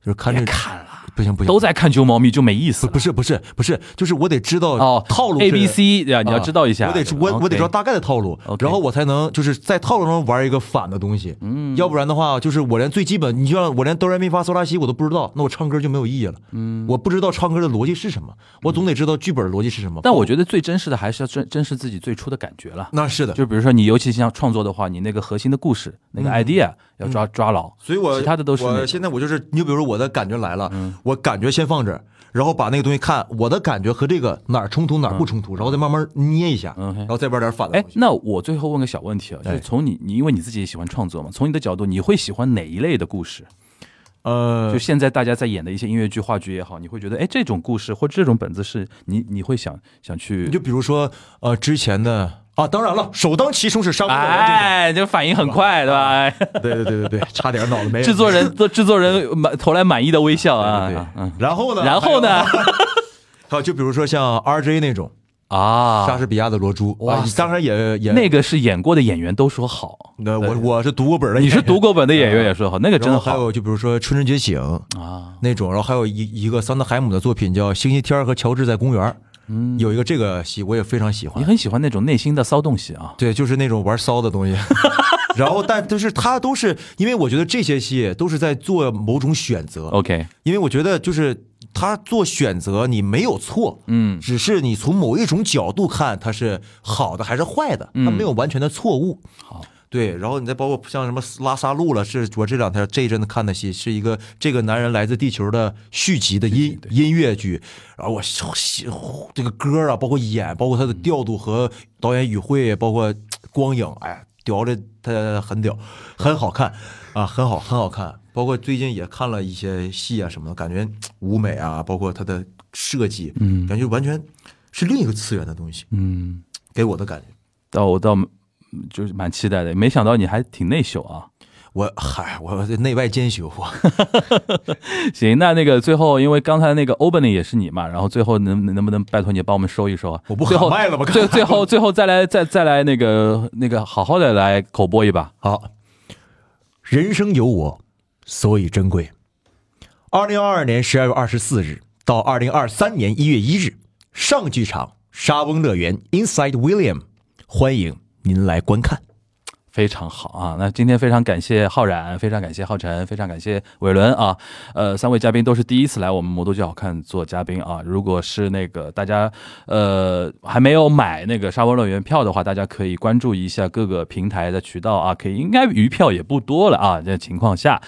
C: 就是看这看了，不行不行，
D: 都在看《救猫咪》就没意
C: 不
D: 思了
C: 不是不是不是，就是我得知道
D: 哦，
C: 套路是
D: A B C 对吧？哎你要
C: 啊
D: 知道一下，
C: 我得
D: 对吧
C: 我我得
D: OK
C: 知道大概的套路
D: OK
C: 然后我才能就是在套路中玩一个反的东西。嗯，要不然的话，就是我连最基本，你就让我连哆来咪发嗦拉西我都不知道，那我唱歌就没有意义了。嗯，我不知道唱歌的逻辑是什么，我总得知道剧本的逻辑是什么。
D: 但我觉得最真实的还是要真真实自己最初的感觉了。
C: 那是的，
D: 就比如说你，尤其像创作的话，你那个核心的故事、那个
C: 嗯
D: idea 要抓抓牢。
C: 所以我
D: 其他的都是那嗯
C: 我
D: 种
C: 现在我就是，你就比如说我的感觉来了，我感觉先放这儿，然后把那个东西看我的感觉和这个哪儿冲突哪儿不冲突，然后再慢慢捏一下，
D: 嗯，OK
C: 然后再玩点反的
D: 哎
C: 东，西。呃
D: 那我最后问个小问题啊，就
C: 哎
D: 是从你你因为你自己也喜欢创作嘛，从你的角度，你会喜欢哪一类的故事？
C: 呃
D: 就现在大家在演的一些音乐剧、话剧也好，你会觉得哎，这种故事或这种本子是你你会想想去
C: 你就比如说呃之前的啊，当然了，首当其冲是沙漠的人
D: 哎，就反应很快，对 吧？哎
C: 这种，对对对对对，差点脑子没
D: 制作人做制作人满投来满意的微笑啊，
C: 对对
D: 啊嗯，
C: 然后呢？
D: 然后呢？
C: 还有？还有就比如说像 R J 那种
D: 啊，
C: 莎士比亚的《罗珠》，
D: 哇
C: 啊，你当然也也
D: 那个是演过的演员都说好，
C: 那我我是读过本的，
D: 你是读过本的演员也 说好，那个
C: 然
D: 真的
C: 后还
D: 好
C: 有就比如说《春之觉醒》
D: 啊。
C: 那种，然后还有一一个桑德海姆的作品叫《星期天和乔治在公园》，嗯，有一个这个戏我也非常喜
D: 你
C: 欢，
D: 很喜欢那种内心的骚动戏 啊，
C: 对，就是那种玩骚的东西。然后，但就是他都是，因为我觉得这些戏都是在做某种选择。
D: 哦 OK，
C: 因为我觉得就是他做选择，你没有错，
D: 嗯
C: 只是你从某一种角度看它是好的还是坏的，它没有完全的错误。
D: 好，
C: 对，然后你再包括像什么拉萨路了，是我这两天这一阵子看的戏，是一个这个男人来自地球的续集的音音乐剧，然后我这个歌啊，包括演，包括他的调度和导演语汇，包括光影，哎呀，屌的他很屌，很好看啊，很好很好看。包括最近也看了一些戏啊什么的，感觉舞美啊，包括他的设计，
D: 嗯
C: 感觉完全是另一个次元的东西，
D: 嗯，
C: 给我的感觉。
D: 倒我倒嗯就是蛮期待的，没想到你还挺内秀啊。
C: 我嗨，我内外兼修啊。
D: 行，那那个最后，因为刚才那个 opening 也是你嘛，然后最后能能能不能拜托你帮我们收一收啊？
C: 我不
D: 最后
C: 喊麦了吗
D: 最最后最后再来再再来那个那个好好的来口播一把。
C: 好，人生有我，所以珍贵。二零二二年十二月二十四日到二零二三年一月一日，上剧场沙翁乐园 Inside William，欢迎您来观看。
D: 非常好啊！那今天非常感谢浩然，非常感谢浩辰，非常感谢伟伦啊！呃，三位嘉宾都是第一次来我们《魔都剧好看》做嘉宾啊。如果是那个大家呃还没有买那个沙窝乐园票的话，大家可以关注一下各个平台的渠道啊。可以，应该余票也不多了啊。这情况下，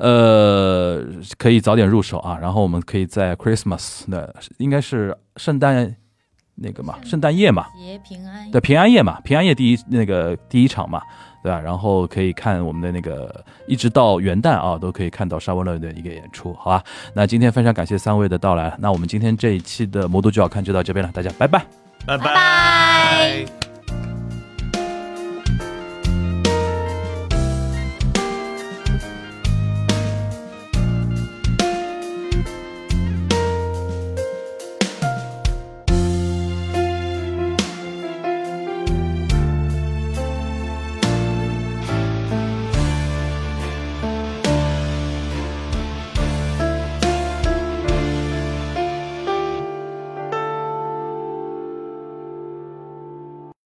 D: 呃，可以早点入手啊。然后我们可以在 Christmas 的应该是圣诞那个嘛，圣诞夜嘛，
F: 节平安
D: 对，平安夜嘛，平安夜第一那个第一场嘛，对吧？然后可以看我们的那个，一直到元旦啊，都可以看到沙窝乐的一个演出，好吧？那今天非常感谢三位的到来，那我们今天这一期的魔都就要看就到这边了，大家拜拜。
C: 拜拜。
E: 拜。